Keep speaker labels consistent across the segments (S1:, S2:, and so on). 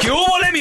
S1: ¿Qué hubo, le, mi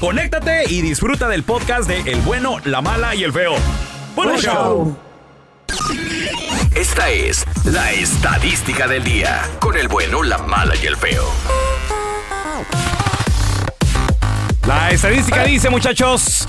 S1: conéctate y disfruta del podcast de El bueno, la mala y el feo. Buen
S2: Buen
S1: show.
S2: Esta es la estadística del día. Con el bueno, la mala y el feo.
S1: La estadística dice, muchachos,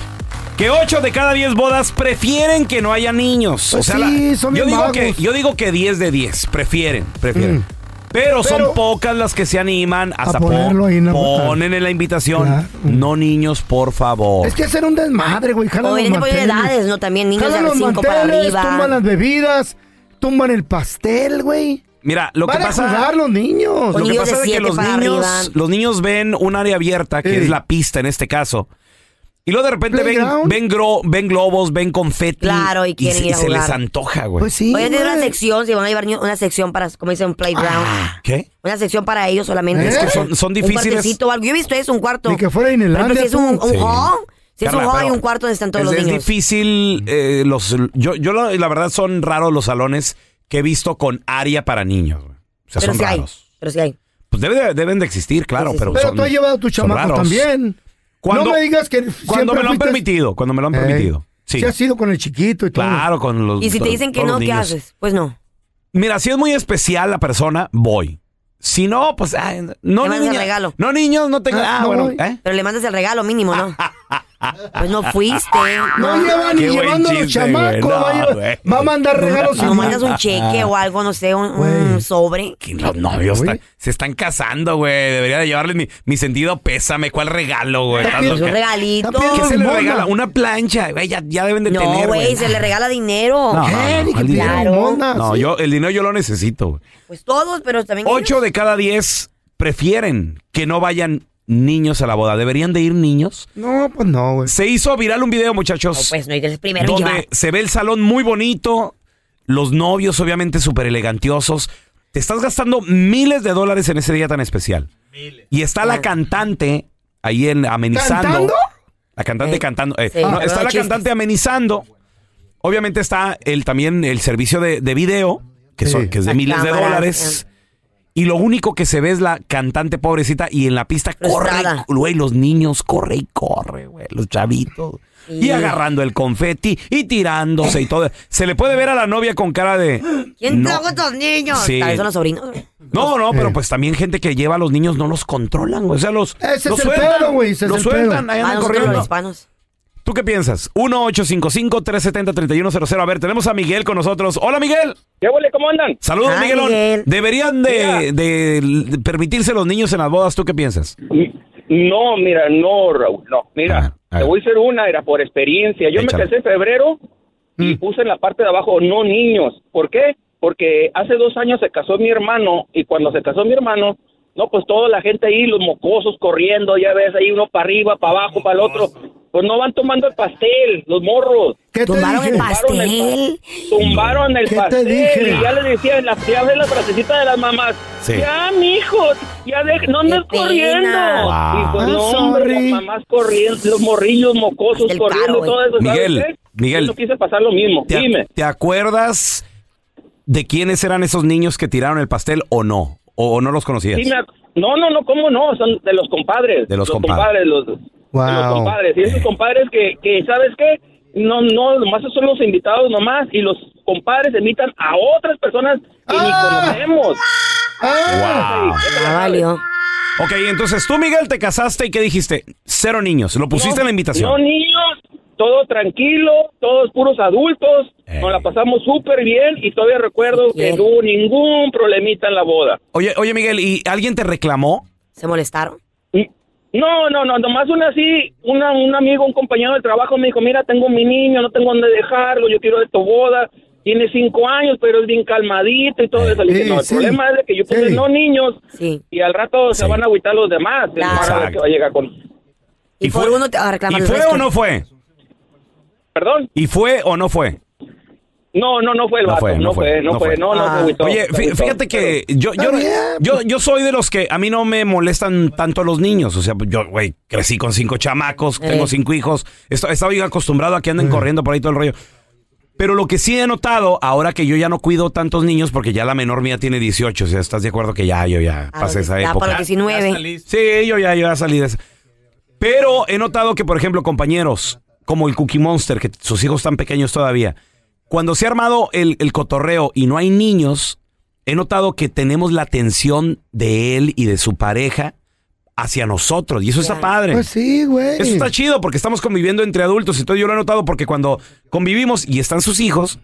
S1: que 8 de cada 10 bodas prefieren que no haya niños.
S3: Pues
S1: la-
S3: sí, son
S1: yo
S3: bien
S1: digo
S3: vagos.
S1: que Yo digo que 10 de 10, prefieren, prefieren.
S3: Mm.
S1: Pero,
S3: Pero-
S1: son pocas las que se animan hasta po-
S3: ponerlo ahí, ¿no?
S1: ponen en la invitación.
S3: Claro.
S1: No niños, por favor.
S3: Es que hacer un desmadre, güey. Jalan
S4: Oye,
S3: los
S4: tiene de
S3: manteles.
S4: edades, este ¿no? También niños
S3: Jalan
S4: de
S3: los
S4: 5 para
S3: manteles,
S4: arriba.
S3: tumban las bebidas, tumban el pastel, güey.
S1: Mira, lo que
S3: Van a
S1: pasa
S3: jugar los niños.
S1: Lo
S4: Oye,
S1: que
S4: Niños
S1: pasa
S4: de
S1: es que
S4: siete
S1: los
S4: para
S1: niños,
S4: arriba.
S1: los niños ven un área abierta, que
S3: Sí.
S1: es la pista en este caso. Y luego de repente ven,
S3: Playground.
S1: ven, gro- ven globos, ven confeti.
S4: Claro, y quieren
S1: se,
S4: ir a
S1: se les
S4: jugar.
S1: antoja, güey.
S3: Pues sí.
S4: Oye, tiene una
S3: güey.
S4: sección, si van a llevar niños, una sección para, como dicen, un playground.
S1: ¿Qué?
S4: Una sección para ellos solamente.
S3: Es que
S1: son- son difíciles.
S4: Un cuartecito o algo. Yo he visto eso, un cuarto.
S3: Ni que fuera en el
S4: Pero
S3: Andes,
S4: si es un, un
S3: tú.
S1: Sí.
S4: hall, si es
S1: Carla,
S4: un hall y
S1: pero
S4: un cuarto donde están todos
S1: es,
S4: los
S1: es
S4: niños.
S1: difícil eh, los yo yo la, la verdad son raros los salones que he visto con área para niños. güey. O sea,
S4: pero
S1: son
S4: sí hay.
S1: raros.
S4: Pero sí hay.
S1: Pues debe de- deben de existir, claro,
S4: Sí, sí,
S1: pero,
S4: sí.
S3: Pero
S1: son-
S3: tú has llevado a tus
S1: son
S3: chamacos
S1: raros.
S3: también.
S1: Cuando-
S3: no me digas que
S1: Cuando
S3: siempre
S1: me lo han
S3: fuiste-
S1: permitido, cuando me lo han
S3: Ey,
S1: permitido. Sí.
S3: Sí, has sido con el chiquito y todo.
S1: Claro, con los
S4: Y si te dicen que
S1: todos
S4: no,
S1: los
S4: ¿qué
S1: niños.
S4: haces? Pues no.
S1: Mira, si es muy especial la persona, voy. Si no, pues ay, no
S4: Te mandas el
S1: niña-
S4: regalo.
S1: No niños, no tengo.
S3: Ah,
S1: Ah,
S3: no
S1: bueno,
S3: voy.
S1: ¿eh?
S4: Pero le mandas el regalo mínimo, ¿no? pues no fuiste.
S3: No lleva ni
S1: Qué buen
S3: llevando a los
S1: chiste,
S3: chamacos.
S1: güey. No,
S3: va, a llevar-
S1: güey. Ah,
S3: va a mandar regalos.
S4: No
S3: sin-
S4: mandas un cheque o algo, no sé, un, un
S3: Güey.
S4: sobre.
S1: Que Los novios
S3: Güey.
S1: están- se están casando, güey. Debería de llevarles mi, mi sentido pésame. ¿Cuál regalo, güey? Estás
S4: Pues Un
S1: loca.
S4: regalito.
S3: Está bien
S1: ¿Qué
S3: que
S1: se les
S3: Hormona.
S1: regala? Una plancha. güey, ya, ya deben de
S4: No,
S1: tener,
S4: güey, se le regala dinero.
S1: No,
S3: ¿Qué? Ni que
S1: al
S3: te
S1: dinero.
S3: dieron monda,
S1: No,
S3: sí.
S1: yo el dinero yo lo necesito. güey.
S4: Pues todos, pero también.
S1: Ocho de cada diez prefieren que no vayan niños a la boda. ¿Deberían de ir niños?
S3: No, pues no, güey.
S1: Se hizo viral un video, muchachos.
S4: No, pues no, y el primero en
S1: donde
S4: llevar.
S1: se ve el salón muy bonito, los novios obviamente súper elegantiosos. Te estás gastando miles de dólares en ese día tan especial. Y está la
S4: Ah.
S1: cantante ahí en, amenizando.
S3: ¿Cantando?
S1: La cantante
S4: Eh,
S1: cantando. eh,
S4: sí,
S1: no,
S4: pero
S1: está
S4: no
S1: la
S4: chistes.
S1: cantante amenizando. Obviamente está el, también el servicio de, de video, que, son,
S3: Sí.
S1: que es de
S4: Las
S1: miles de
S4: cámaras, eh.
S1: dólares. Y lo único que se ve es la cantante pobrecita y en la pista corre,
S4: Frustrada.
S1: güey, los niños corre y corre, güey, los chavitos. Y
S4: Sí.
S1: agarrando el confeti y tirándose y todo. Se le puede ver a la novia con cara de...
S4: ¿Quién
S1: no,
S4: trajo estos niños?
S1: Sí.
S4: Tal vez son los sobrinos.
S1: no, no, pero
S3: Eh.
S1: pues también gente que lleva a los niños no los controlan, güey. O sea, los,
S3: Ese
S1: los
S3: es el
S1: sueltan,
S3: pedo, güey, ese es
S1: los
S3: el
S1: sueltan,
S3: pedo.
S1: ahí
S4: Ah,
S1: andan
S4: nosotros los
S1: corriendo.
S4: hispanos.
S1: ¿Tú qué piensas? 1-855-370-3100. A ver, tenemos a Miguel con nosotros. Hola, Miguel.
S5: ¿Qué huele? ¿Cómo andan?
S1: Saludos,
S4: Ay,
S1: Miguelón.
S4: Miguel.
S1: ¿Deberían de, de- de permitirse los niños en las bodas? ¿Tú qué piensas?
S5: No, mira, no, Raúl, no. Mira,
S3: Ah,
S1: Ajá,
S5: te
S1: a ver.
S5: voy a hacer una, era por experiencia. Yo me
S1: Échale.
S5: casé en febrero y
S3: Mm.
S5: puse en la parte de abajo, no niños. ¿Por qué? Porque hace dos años se casó mi hermano y cuando se casó mi hermano, no, pues toda la gente ahí, los mocosos corriendo, ya ves, ahí uno para arriba, para abajo, para el otro.
S6: Pues no van tomando el pastel, los morros.
S3: ¿Qué te
S4: ¿Tomaron el
S3: dije?
S6: Tumbaron el
S4: pastel?
S6: pa- Tumbaron el
S3: ¿Qué te
S6: pastel.
S3: dije?
S6: Y ya les decía, la, ya ves la frasecita de las mamás.
S1: Sí.
S6: Ya, mijos, ya de,
S3: Eh,
S6: no andes
S4: Qué pena.
S6: corriendo.
S1: Wow.
S6: Y pues
S3: I'm
S6: no, hombre,
S3: Ah, sorry.
S6: las mamás corriendo, los morrillos mocosos
S4: Del
S6: corriendo,
S4: paro,
S6: todo eso. ¿sabes
S1: Miguel,
S6: qué?
S1: Miguel.
S6: Yo quise pasar lo mismo.
S1: ¿Te,
S6: Dime.
S1: te acuerdas de quiénes eran esos niños que tiraron el pastel o no? ¿O, o no los conocías?
S6: Sí me ac- no, no, no, ¿cómo no? Son de los compadres.
S1: De los compadres.
S6: compadres. los, de los
S3: Wow. Eh.
S6: compadres. Y esos compadres que, que, ¿sabes qué? No, no, nomás son los invitados nomás. Y los compadres invitan a otras personas que
S3: Ah.
S6: ni conocemos.
S3: Ah,
S1: Wow.
S4: Ya valió.
S1: Ok, entonces tú, Miguel, te casaste y ¿qué dijiste? Cero niños. Lo pusiste
S6: No,
S1: en la invitación.
S6: No niños, todo tranquilo, todos puros adultos.
S1: Ey.
S6: Nos la pasamos súper bien y todavía recuerdo que
S4: Bien.
S6: no hubo ningún problemita en la boda.
S1: Oye, oye, Miguel, ¿y alguien te reclamó?
S4: ¿Se molestaron?
S6: Y- No, no, no, nomás una así, una, un amigo, un compañero de trabajo me dijo, mira, tengo mi niño, no tengo dónde dejarlo, yo quiero de tu boda, tiene cinco años, pero es bien calmadito y
S1: Eh,
S6: todo eso. Le dije,
S3: Sí,
S6: no, el
S3: sí.
S6: problema es de que yo puse
S3: Sí.
S6: no niños
S4: Sí.
S6: y al rato se
S1: Sí.
S6: van a agüitar los demás.
S4: Claro.
S6: El mar a ver qué va a llegar con...
S4: Y,
S1: ¿Y
S4: por
S1: fue-
S4: uno te va a reclamar
S1: ¿Y
S4: el
S1: fue
S4: resto.
S1: o no fue?
S6: ¿Perdón?
S1: ¿Y fue o no fue?
S6: No, no, no fue el
S1: No
S6: vato,
S1: fue, no
S6: no
S1: fue,
S6: fue, no
S1: no
S6: fue,
S1: fue.
S6: no, no
S4: Ah.
S6: se agüitó, se
S1: Oye, fí-
S6: agüitó,
S1: fíjate que yo, yo,
S3: Está bien.
S1: yo, yo soy de los que a mí no me molestan tanto los niños. O sea, pues, yo, güey, crecí con cinco chamacos,
S4: Eh.
S1: tengo cinco hijos. Esto- Estaba bien acostumbrado a que
S4: Mm.
S1: anden corriendo por ahí todo el rollo. Pero lo que sí he notado, ahora que yo ya no cuido tantos niños, porque ya la menor mía tiene 18, o sea, ¿estás de acuerdo que ya yo ya
S4: A
S1: pasé
S4: los-
S1: esa
S4: Ah, ya
S1: época?
S4: para los 19.
S1: Sí, yo ya, yo ya salí de esa. Pero he notado que, por ejemplo, compañeros, como el Cookie Monster, que sus hijos están pequeños todavía, cuando se ha armado el, el cotorreo y no hay niños, he notado que tenemos la atención de él y de su pareja hacia nosotros. Y eso está
S4: Ya.
S1: padre.
S3: pues sí, güey.
S1: Eso está chido porque estamos conviviendo entre adultos. Entonces yo lo he notado porque cuando convivimos y están sus hijos,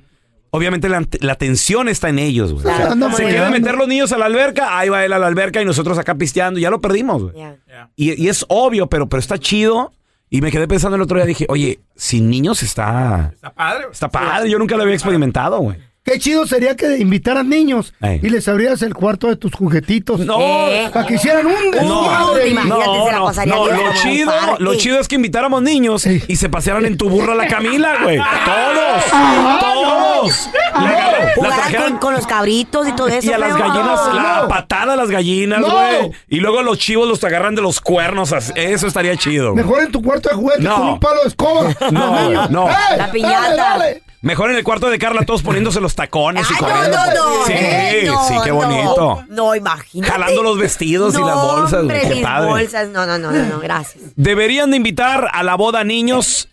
S1: obviamente la, la atención está en ellos. güey. O sea,
S4: Claro,
S3: andan
S1: se
S4: ¿cómo
S1: quieren
S3: bailando.
S1: meter los niños a la alberca, ahí va él a la alberca y nosotros acá pisteando. Ya lo perdimos. güey.
S4: Ya.
S1: Y, y es obvio, pero, pero está chido. Y me quedé pensando el otro día, dije, oye, sin niños está... Está padre. Está padre, yo nunca lo había experimentado, güey.
S3: Qué chido sería que invitaras niños
S1: Ey.
S3: y les abrías el cuarto de tus juguetitos.
S1: No.
S4: Eh.
S3: Para que hicieran un
S4: No,
S3: desmadre.
S4: imagínate, se la
S1: no,
S4: pasaría
S1: no,
S4: bien
S1: lo
S4: como en un
S1: chido,
S4: parque.
S1: lo chido es que invitáramos niños
S3: Sí.
S1: y se pasearan en tu burra la Camila, güey. Todos,
S3: Ah,
S1: todos. La, la
S4: Jugaran
S1: trajeran
S4: con, con los cabritos y todo eso.
S1: y a las
S4: feo.
S1: gallinas, la
S3: No.
S1: patada a las gallinas,
S3: No.
S1: güey. Y luego los chivos los agarran de los cuernos, así. eso estaría chido. güey.
S3: Mejor en tu cuarto de juguetes
S1: No.
S3: con un palo de escoba.
S1: No,
S3: Los niños.
S1: no.
S3: ¡Ey!
S4: La piñata.
S3: Dale, dale.
S1: Mejor en el cuarto de Carla todos poniéndose los tacones y
S4: Ay, no,
S1: corriendo.
S4: no, no.
S1: sí,
S4: eh, no,
S1: sí, qué
S4: no.
S1: bonito.
S4: No, imagínate.
S1: Jalando los vestidos y
S4: No,
S1: las bolsas, güey,
S4: hombre,
S1: qué
S4: mis
S1: padre.
S4: bolsas. No, no, no, no, no, gracias.
S1: Deberían de invitar a la boda niños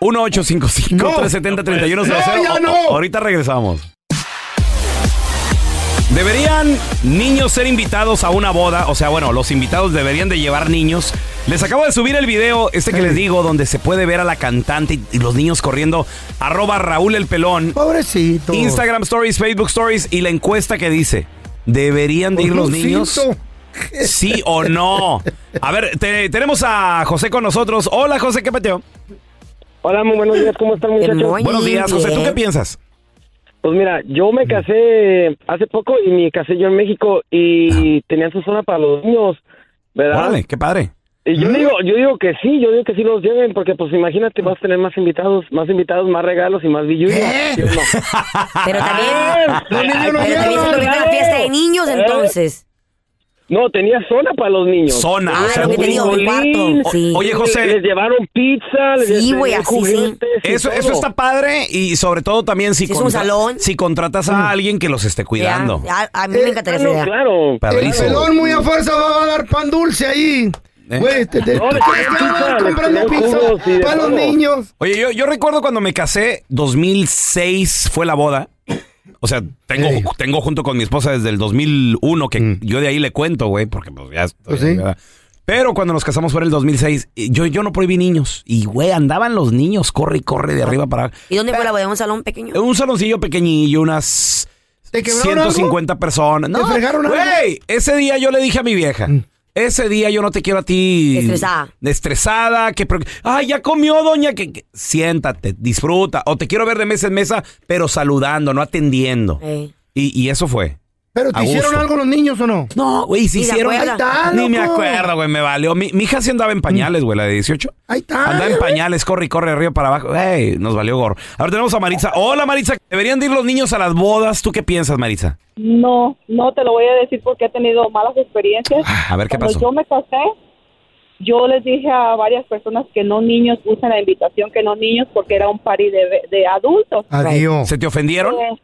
S1: 1-855-370-3100.
S3: No, ya
S1: O- o-
S3: no.
S1: Ahorita regresamos. Deberían niños ser invitados a una boda, o sea, bueno, los invitados deberían de llevar niños. Les acabo de subir el video, este que les digo, donde se puede ver a la cantante y, y los niños corriendo, arroba Raúl el Pelón,
S3: Pobrecito.
S1: Instagram Stories, Facebook Stories y la encuesta que dice, ¿deberían de ir los niños?
S3: Pobrecito.
S1: ¿Sí o no? A ver, te- tenemos a José con nosotros. Hola, José, ¿qué peteo?
S7: Hola, muy buenos días, ¿cómo están
S4: Qué
S7: muchachos?
S4: muy
S1: Buenos días, José. ¿Tú qué
S4: bien.
S1: piensas?
S7: Pues mira, yo me casé hace poco y me casé yo en México y tenían su zona para los niños, ¿verdad?
S1: Ah. Órale, qué padre.
S7: Y yo digo, yo digo que sí, yo digo que sí los lleven porque pues imagínate vas a tener más invitados, más invitados, más regalos y más billuyo. ¿sí o no? Ah,
S4: Pero también,
S3: Los niños no
S4: pero también se
S3: vieron.
S4: convirtió en una fiesta de niños,
S7: Eh.
S4: entonces.
S7: No, tenía zona para los niños.
S1: Zona.
S4: Ah,
S1: o sea,
S4: lo que te digo, un
S7: Brincolín.
S4: cuarto. Sí.
S1: Oye,
S7: Les-
S1: José,
S7: Les llevaron pizza, les
S4: Sí,
S7: llevaron
S4: güey, así
S7: este, juguetes y
S1: eso, eso
S7: todo.
S1: está padre y sobre todo también si,
S4: Si es un salón.
S1: si contratas a alguien que los esté cuidando.
S4: Ya, ya, a mí
S3: Eh,
S4: me encanta
S7: Ah,
S4: esa idea.
S7: no, claro.
S3: El
S1: Padrísimo.
S3: pelón muy a fuerza va a dar pan dulce ahí.
S1: ¿Eh?
S3: Güey, te, te,
S7: No,
S3: tú
S7: le
S3: crees
S7: tenía
S3: que van a andar
S7: pizza, le
S3: comprando
S7: tenía
S3: pizza
S7: jugos y de
S3: para los
S7: todo.
S3: niños.
S1: Oye, yo, yo recuerdo cuando me casé, 2006 fue la boda. O sea, tengo,
S3: Ey. Mm.
S1: tengo junto con mi esposa desde el 2001, que yo de ahí le cuento, güey, porque pues ya estoy-
S3: Pues sí.
S1: ¿verdad? Pero cuando nos casamos fue en el 2006, y yo, yo no prohibí niños. Y, güey, andaban los niños, corre y corre de arriba para abajo.
S4: ¿Y dónde
S3: Eh.
S4: fue la boda? ¿En ¿Un salón pequeño?
S1: Un saloncillo pequeñillo, unas
S3: ¿Te quebraron
S1: 150 personas. No,
S3: fregaron algo? Mm.
S1: güey, ese día yo le dije a mi vieja. Ese día yo no te quiero a ti.
S4: Estresada.
S1: Estresada, que. pro- Ay, ya comió, doña. Que, que- siéntate, disfruta. O te quiero ver de mesa en mesa, pero saludando, no atendiendo.
S4: Eh.
S1: Y, y eso fue.
S3: ¿Pero
S1: A
S3: te hicieron
S1: gusto.
S3: algo los niños o no?
S1: No, güey, si
S4: Ni de
S1: hicieron.
S4: acuerdo. Ahí
S3: está,
S1: Ni me
S3: loco.
S1: acuerdo, güey, me valió. Mi, mi hija sí andaba en pañales, güey, la de 18.
S3: Ahí está.
S1: Andaba en pañales, corre y corre, río para abajo. Ey, nos valió gorro. Ahora tenemos a Maritza. Hola, Maritza. ¿Deberían de ir los niños a las bodas? ¿Tú qué piensas, Maritza?
S8: No, no te lo voy a decir porque he tenido malas experiencias.
S1: Ah, A ver, ¿qué
S8: Cuando
S1: pasó?
S8: yo me casé, yo les dije a varias personas que no niños usen la invitación, que no niños porque era un party de, de adultos.
S3: Adiós.
S1: ¿Se te ofendieron?
S8: Eh,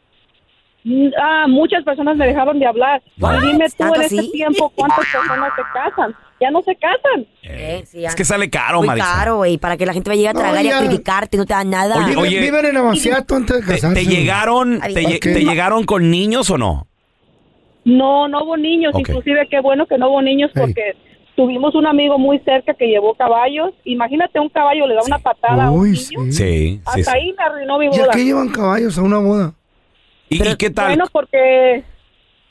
S8: mm, ah, muchas personas me dejaron de hablar.
S1: Wow.
S8: Dime tú
S4: ¿Tanto
S8: en este
S4: así?
S8: tiempo cuántas personas se casan. Ya no se casan.
S1: Eh,
S4: Sí, sí, ya.
S1: es que sale caro,
S4: Muy
S1: Maritza.
S4: caro, güey, para que la gente vaya a
S3: No,
S4: tragar y a
S3: ya.
S4: criticarte, no te dan nada.
S1: Oye,
S3: Viven,
S1: oye.
S3: viven en Amaciato antes de
S1: ¿Te,
S3: casarse.
S1: te llegaron, te, lle-
S3: ¿Para qué?
S1: te llegaron con niños o no?
S8: No, no hubo niños.
S1: Ok.
S8: Inclusive, qué bueno que no hubo niños
S3: Ey.
S8: porque tuvimos un amigo muy cerca que llevó caballos. Imagínate un caballo le da una patada a un
S3: Uy,
S8: niño.
S3: sí.
S1: Sí, sí.
S8: Hasta
S1: sí.
S8: ahí me arruinó mi
S3: ¿Y a
S8: boda.
S3: qué llevan caballos a una boda?
S1: ¿Y, y qué tal?
S8: Bueno, porque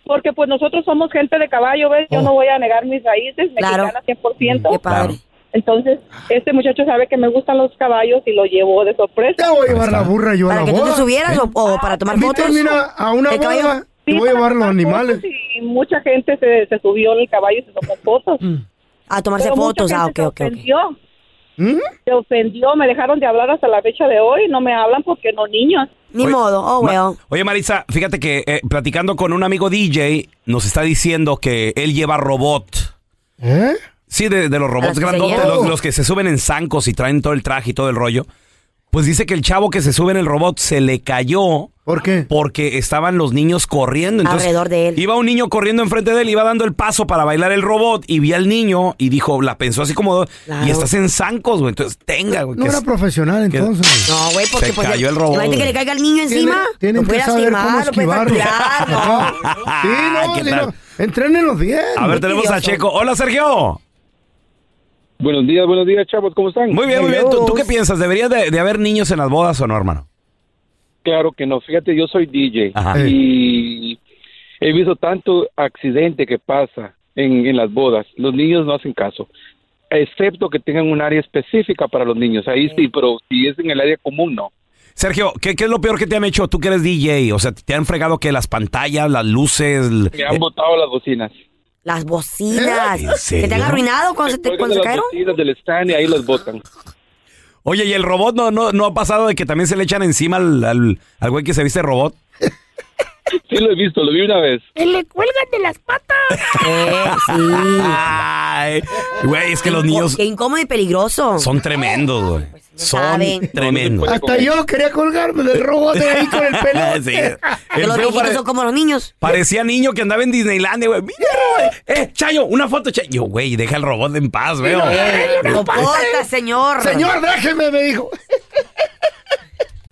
S8: porque pues nosotros somos gente de caballo, ¿ves? Yo
S3: Oh. Mm,
S8: no voy a negar mis raíces, me
S4: Claro.
S8: al 100%.
S4: Qué padre.
S8: Entonces, este muchacho sabe que me gustan los caballos y lo llevó de
S3: Te
S8: sorpresa. ¿Eh? Ah,
S3: voy a llevar
S1: está.
S3: la burra yo a
S4: ¿Para
S3: la
S4: que tú te
S3: boda.
S4: subieras o, o para tomar fotos?
S3: Invítame mira, a una
S4: ¿De caballo?
S3: boda y
S8: Sí,
S3: voy a
S8: para
S3: llevar los
S8: tomar
S3: animales.
S8: fotos Y mucha gente se, se subió en el caballo y se tomó fotos.
S4: Mm. A tomarse
S8: Pero mucha
S4: fotos. Ah, ok,
S8: gente
S4: ok,
S8: se
S4: ok.
S8: ofendió,
S3: ¿Mm?
S8: se ofendió, me dejaron de hablar hasta la fecha de hoy, no me hablan porque no niños.
S4: Ni
S1: Oye,
S4: modo, oh,
S1: Ma-
S4: well.
S1: Oye, Maritza, fíjate que eh, platicando con un amigo DJ, nos está diciendo que él lleva robot.
S3: ¿Eh?
S1: Sí, de, de los robots
S4: las
S1: grandotes,
S4: quinceañeras.
S1: los, los que se suben en zancos y traen todo el traje y todo el rollo. Pues dice que el chavo que se sube en el robot se le cayó
S3: ¿Por qué?
S1: porque estaban los niños corriendo. Entonces,
S4: Alrededor de él.
S1: Iba un niño corriendo enfrente de él, iba dando el paso para bailar el robot y vi al niño y dijo, la pensó así como,
S4: Claro.
S1: y estás en zancos, güey. Entonces, tenga, güey.
S3: No
S1: que
S3: era
S1: es-
S3: profesional
S1: que-
S3: entonces.
S4: No, güey, porque
S1: Se
S4: pues,
S1: cayó el robot,
S4: Imagínate que
S1: güey.
S4: le caiga el niño
S3: Tienen-
S4: encima.
S3: tienen
S4: lo
S3: que
S4: puede
S3: saber
S4: lastimar,
S3: cómo
S4: lo puede
S3: esquivarlo.
S4: golpear, no.
S3: Ah, Sí, no,
S1: Ah, ¿Qué
S3: sí,
S1: tal?
S3: no. Entrénenlos bien.
S1: A ver, tenemos a
S4: Envidioso.
S1: Checo. Hola, Sergio.
S9: Buenos días, buenos días, chavos, ¿cómo están?
S1: Muy bien, muy bien. ¿Tú, tú qué piensas? ¿Debería de, de haber niños en las bodas o no, hermano?
S9: Claro que no, fíjate, yo soy DJ
S1: Ajá.
S9: y he visto tanto accidente que pasa en, en las bodas. Los niños no hacen caso, excepto que tengan un área específica para los niños. Ahí sí, pero si es en el área común, no.
S1: Sergio, ¿qué, qué es lo peor que te han hecho? Tú que eres DJ, o sea, ¿te han fregado que las pantallas, las luces? l-
S9: Me han
S1: eh,
S9: botado las bocinas.
S4: Las
S3: ¿Eh?
S4: bocinas.
S1: ¿En
S4: ¿Se te han
S1: serio?
S4: arruinado cuando se, te,
S9: Cuelgan de
S4: cuando se
S9: las
S4: cayeron?
S9: bocinas del stand y ahí las botan.
S1: Oye, ¿y el robot no, no, no ha pasado de que también se le echan encima al, al, al güey que se viste robot?
S9: Sí lo he visto, lo vi una vez.
S4: Eh, sí.
S1: Ay, güey, es que los niños
S4: Qué incómodo y peligroso. Pues,
S1: son tremendos, güey. Son
S4: saben.
S1: tremendos.
S3: Hasta yo quería colgarme del robot de ahí con el pelo.
S1: Sí. El
S4: que los
S1: feo
S4: viejitos
S1: pare-
S4: son como los niños.
S1: Parecía niño que andaba en Disneylandia, güey. Mira, güey. Eh, Chayo, una foto, Chayo. Yo, güey, deja el robot en paz, veo.
S4: Comporta, señor.
S3: Señor, déjeme, me dijo.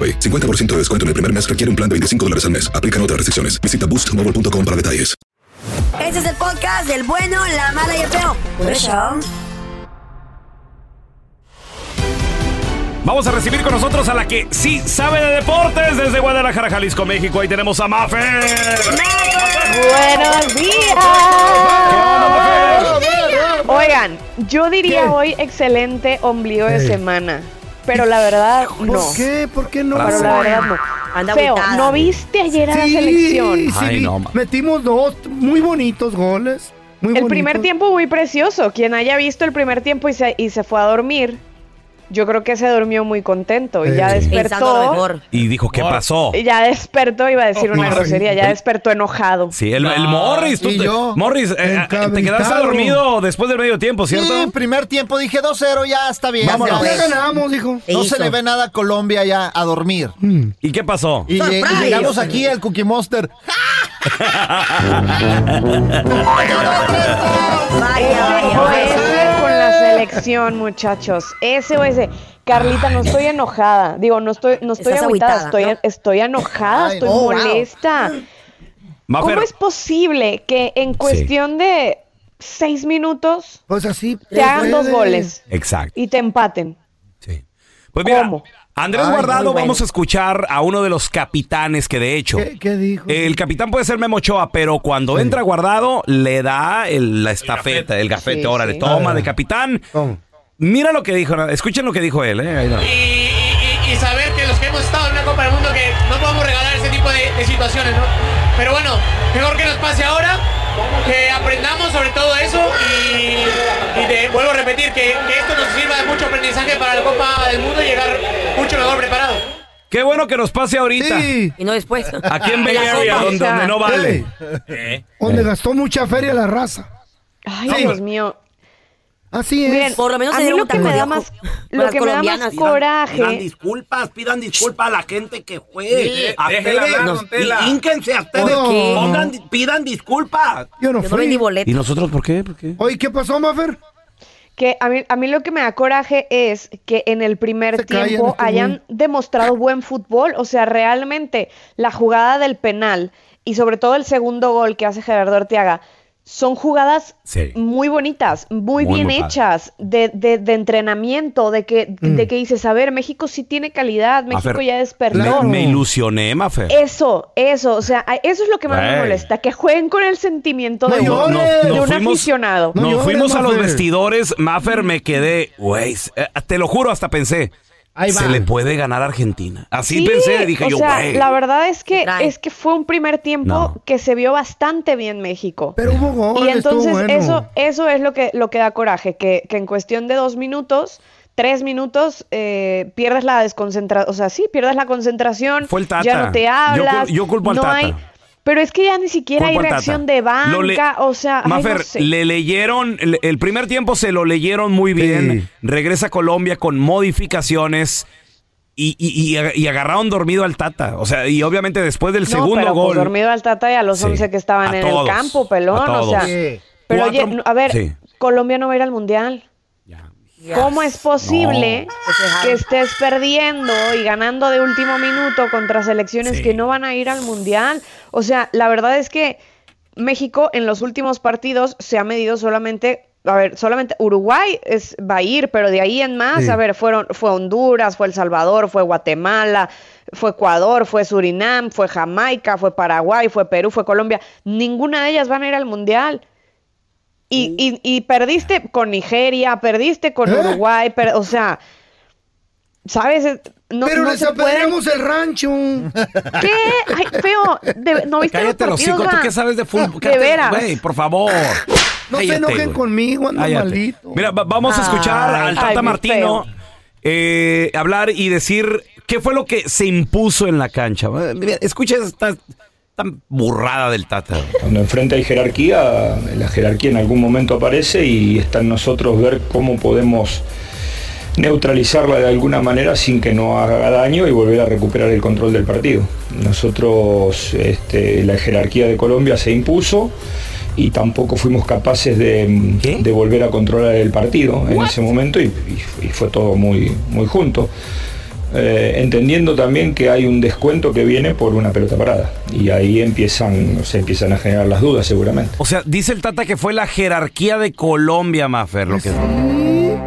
S10: 50% de descuento en el primer mes requiere un plan de 25 dólares al mes. Aplican otras restricciones. Visita boostmobile.com para detalles.
S4: Este es el podcast del bueno, la mala y el feo. Por eso. pues
S1: Vamos a recibir con nosotros a la que sí sabe de deportes desde Guadalajara, Jalisco, México. Ahí tenemos a Mafe.
S8: Buenos días.
S3: ¡Vamos,
S11: Oigan, yo diría
S3: ¿Qué?
S11: hoy excelente ombligo de
S3: Ey.
S11: semana. Pero la verdad, no.
S3: ¿Por qué? ¿Por qué no?
S11: Pero la verdad, no.
S3: Anda
S11: Feo,
S3: agüitada,
S11: ¿no
S3: güey.
S11: viste ayer a la
S3: Sí,
S11: selección?
S3: sí,
S1: Ay,
S3: vi.
S1: no, ma-
S3: Metimos dos muy bonitos goles. Muy
S11: el primer
S3: bonitos.
S11: tiempo muy precioso. Quien haya visto el primer tiempo y se, y se fue a dormir, yo creo que se durmió muy contento. Y ya
S1: Eh.
S4: Pensando lo
S11: despertó.
S4: mejor.
S1: Y dijo, ¿qué pasó?
S11: Y ya despertó, iba a decir una
S3: Ay.
S11: grosería, ya despertó enojado.
S1: Sí, el, el
S3: No,
S1: Morris. Tú
S3: y
S1: te-
S3: yo,
S1: Morris, eh, eh, te quedaste
S3: encabritado.
S1: dormido después del medio tiempo, ¿cierto?
S12: Sí, primer tiempo dije 2-0, ya está bien.
S3: Vámonos.
S12: ya
S3: Ya
S12: ves.
S3: ganamos, hijo.
S12: No
S4: Hizo.
S12: se le ve nada a Colombia ya a dormir.
S1: ¿Y qué pasó?
S3: eh,
S12: Y, lleg- y
S4: Surprise.
S12: llegamos aquí al Cookie Monster.
S1: Ah,
S4: Vaya, vaya,
S11: O
S4: vaya.
S11: ese con la selección, muchachos. Ese o ese. Carlita, no estoy enojada. Digo, no estoy, no estoy
S4: Estás
S11: agüitada,
S4: agüitada,
S11: estoy,
S4: ¿no?
S11: estoy enojada,
S12: Ay,
S11: estoy
S12: no, wow.
S11: molesta.
S1: Mafer,
S11: ¿Cómo es posible que en cuestión de seis minutos
S3: Pues así.
S11: te hagan dos
S3: puede.
S11: goles
S1: Exacto.
S11: y te empaten?
S1: Sí. Pues mira,
S11: ¿Cómo?
S1: Andrés
S3: Ay,
S1: Guardado,
S3: muy bueno.
S1: vamos a escuchar a uno de los capitanes que de hecho.
S3: ¿Qué, qué dijo?
S1: El capitán puede ser Memo Ochoa, pero cuando entra guardado, le da el- la estafeta, el gafete.
S11: Sí,
S1: ahora
S11: sí.
S1: le toma de capitán.
S3: ¿Cómo?
S1: Mira lo que dijo, escuchen lo que dijo él. ¿eh? Ahí va.
S13: y, y- y saber que los que hemos estado en una Copa del Mundo que no podemos regalar ese tipo de, de situaciones, ¿no? Pero bueno, mejor que nos pase ahora, que aprendamos sobre todo eso y, y te vuelvo a repetir que, que esto nos sirva de mucho aprendizaje para la Copa del Mundo y llegar mucho mejor preparado.
S1: Qué bueno que nos pase ahorita.
S3: Sí.
S4: Y no después.
S1: Aquí en Bay
S4: La
S1: Area,
S4: sopa.
S1: donde, donde no vale.
S3: Ey, Donde gastó mucha feria la raza.
S11: Ay,
S3: Sí.
S11: Dios mío.
S3: Así es.
S11: Miren,
S4: Por lo menos
S11: a
S4: se
S11: mí
S4: dieron
S11: lo que
S4: un
S11: me da
S4: taco.
S11: más,
S4: Para
S11: lo
S4: las
S11: que me da
S4: colombianas,
S11: más
S14: Pidan
S4: pidan-
S11: coraje.
S14: disculpas, pidan disculpas a la gente que fue. a
S1: déjela
S14: ustedes,
S1: hablar,
S14: nos-
S1: don Tela.
S14: y- hínquense a ustedes.
S3: ¿Por qué?
S14: Pongan- pidan disculpas.
S3: Yo no
S4: Yo no
S3: fui.
S4: vendí boleto.
S1: ¿Y nosotros por qué? ¿Por qué?
S3: Oye, ¿qué pasó, Mafer?
S11: Que a mí, a mí lo que me da coraje es que en el primer
S3: Se callan
S11: tiempo
S3: estos
S11: hayan demostrado buen fútbol. O sea, realmente la jugada del penal y sobre todo el segundo gol que hace Gerardo Arteaga son jugadas
S1: Sí.
S11: muy bonitas, muy,
S1: Muy,
S11: bien
S1: muy padre.
S11: hechas, de, de- de entrenamiento, de que,
S3: Mm.
S11: de que dices, a ver, México sí tiene calidad, México
S1: Mafer,
S11: ya
S1: Me,
S11: despertó.
S1: me ilusioné, Mafer.
S11: Eso, eso, o sea, a- eso es lo que más me
S1: Güey.
S11: molesta, que jueguen con el sentimiento
S3: No
S11: de, un-
S3: llores.
S11: de
S3: Nos
S11: un aficionado.
S3: No
S1: nos
S3: llores,
S1: fuimos a los
S3: Mafer.
S1: vestidores, Maffer me quedé, güey, s- eh, te lo juro, hasta pensé,
S3: Ahí va.
S1: se le puede ganar a Argentina. Así
S11: Sí,
S1: pensé, dije
S11: o
S1: yo,
S11: sea,
S1: güey.
S11: La verdad es que
S4: Trae.
S11: es que fue un primer tiempo
S1: No.
S11: que se vio bastante bien México.
S3: Pero hubo gol.
S11: y entonces
S3: estuvo bueno.
S11: eso, eso es lo que, lo que da coraje, que, que en cuestión de dos minutos, tres minutos, eh, pierdes la desconcentración, o sea, sí, pierdes la concentración,
S1: Fue el Tata.
S11: ya no te
S1: Yo cul-
S11: hablas,
S1: yo culpo al
S11: no
S1: Tata.
S11: hay- pero es que ya ni siquiera
S1: Culpa
S11: hay
S1: al Tata.
S11: reacción de
S1: Lo le-
S11: banca, o sea, ay, no
S1: Mafer,
S11: sé.
S1: le leyeron, el, el primer tiempo se lo leyeron muy bien. Regresa a Colombia con modificaciones y, y- y ag- y agarraron dormido al Tata. O sea, y obviamente después del
S11: No,
S1: segundo
S11: pero, pues,
S1: gol.
S11: dormido al Tata y a los
S1: Sí,
S11: 11 que estaban
S1: a
S11: en
S1: todos,
S11: el campo, pelón,
S1: a
S11: o sea.
S1: todos.
S11: Pero oye,
S1: Cuatro-
S11: no, a ver,
S1: Sí.
S11: Colombia no va a ir al mundial. ¿Cómo es posible que estés perdiendo y ganando de último minuto contra selecciones
S1: Sí.
S11: que no van a ir al mundial? O sea, la verdad es que México en los últimos partidos se ha medido solamente, a ver, solamente Uruguay es, va a ir, pero de ahí en más,
S3: Sí.
S11: a ver, fueron, fue Honduras, fue El Salvador, fue Guatemala, fue Ecuador, fue Surinam, fue Jamaica, fue Paraguay, fue Perú, fue Colombia. Ninguna de ellas van a ir al mundial. Y, y- y perdiste con Nigeria, perdiste con
S3: ¿Eh?
S11: Uruguay, per- o sea, ¿sabes? Es- No,
S3: Pero
S11: no
S3: les
S11: se puede-
S3: apedreamos el rancho.
S11: ¿Qué? Ay, feo, de- ¿no viste
S1: Cállate
S11: los
S1: los
S11: partidos,
S1: hijos, ¿tú
S11: va?
S1: qué sabes de fútbol?
S11: De
S1: Cállate,
S11: veras.
S1: Güey, por favor.
S3: No se
S1: Cállate,
S3: enojen
S1: güey.
S3: conmigo, ando
S1: Cállate.
S3: malito.
S1: Mira, va- vamos a escuchar
S11: Ay,
S1: al Tata
S11: ay, mi
S1: Martino eh, hablar y decir qué fue lo que se impuso en la cancha. Eh, mira, Escucha esta, esta burrada del Tata.
S13: Cuando enfrente hay jerarquía, la jerarquía en algún momento aparece y está en nosotros ver cómo podemos neutralizarla de alguna manera sin que no haga daño y volver a recuperar el control del partido. Nosotros, este, la jerarquía de Colombia se impuso y tampoco fuimos capaces de, mm,
S1: ¿Qué?
S13: de volver a controlar el partido en ese momento y, y- y fue todo muy, muy junto. Eh, entendiendo también que hay un descuento que viene por una pelota parada y ahí empiezan, se empiezan a generar las dudas seguramente.
S1: O sea, dice el Tata que fue la jerarquía de Colombia, Mafer, lo que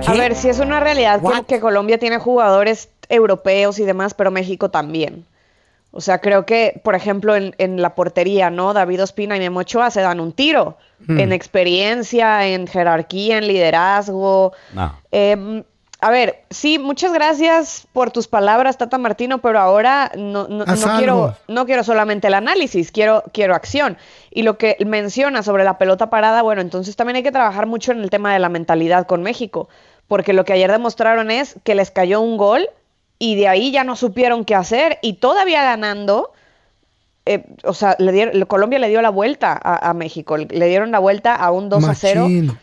S11: A ver, si es una realidad como que Colombia tiene jugadores europeos y demás, pero México también. O sea, creo que, por ejemplo, en, en la portería, ¿no? David Ospina y Memo Ochoa se dan un tiro
S15: Hmm.
S11: en experiencia, en jerarquía, en liderazgo.
S15: No.
S11: Eh, a ver, sí, muchas gracias por tus palabras, Tata Martino, pero ahora no, no-
S15: Haz
S11: no quiero,
S15: algo.
S11: no quiero solamente el análisis, quiero, quiero acción. Y lo que menciona sobre la pelota parada, bueno, entonces también hay que trabajar mucho en el tema de la mentalidad con México, porque lo que ayer demostraron es que les cayó un gol y de ahí ya no supieron qué hacer y todavía ganando, eh, o sea, le dieron- Colombia le dio la vuelta a, a México, le dieron la vuelta a un 2 a 0. Creo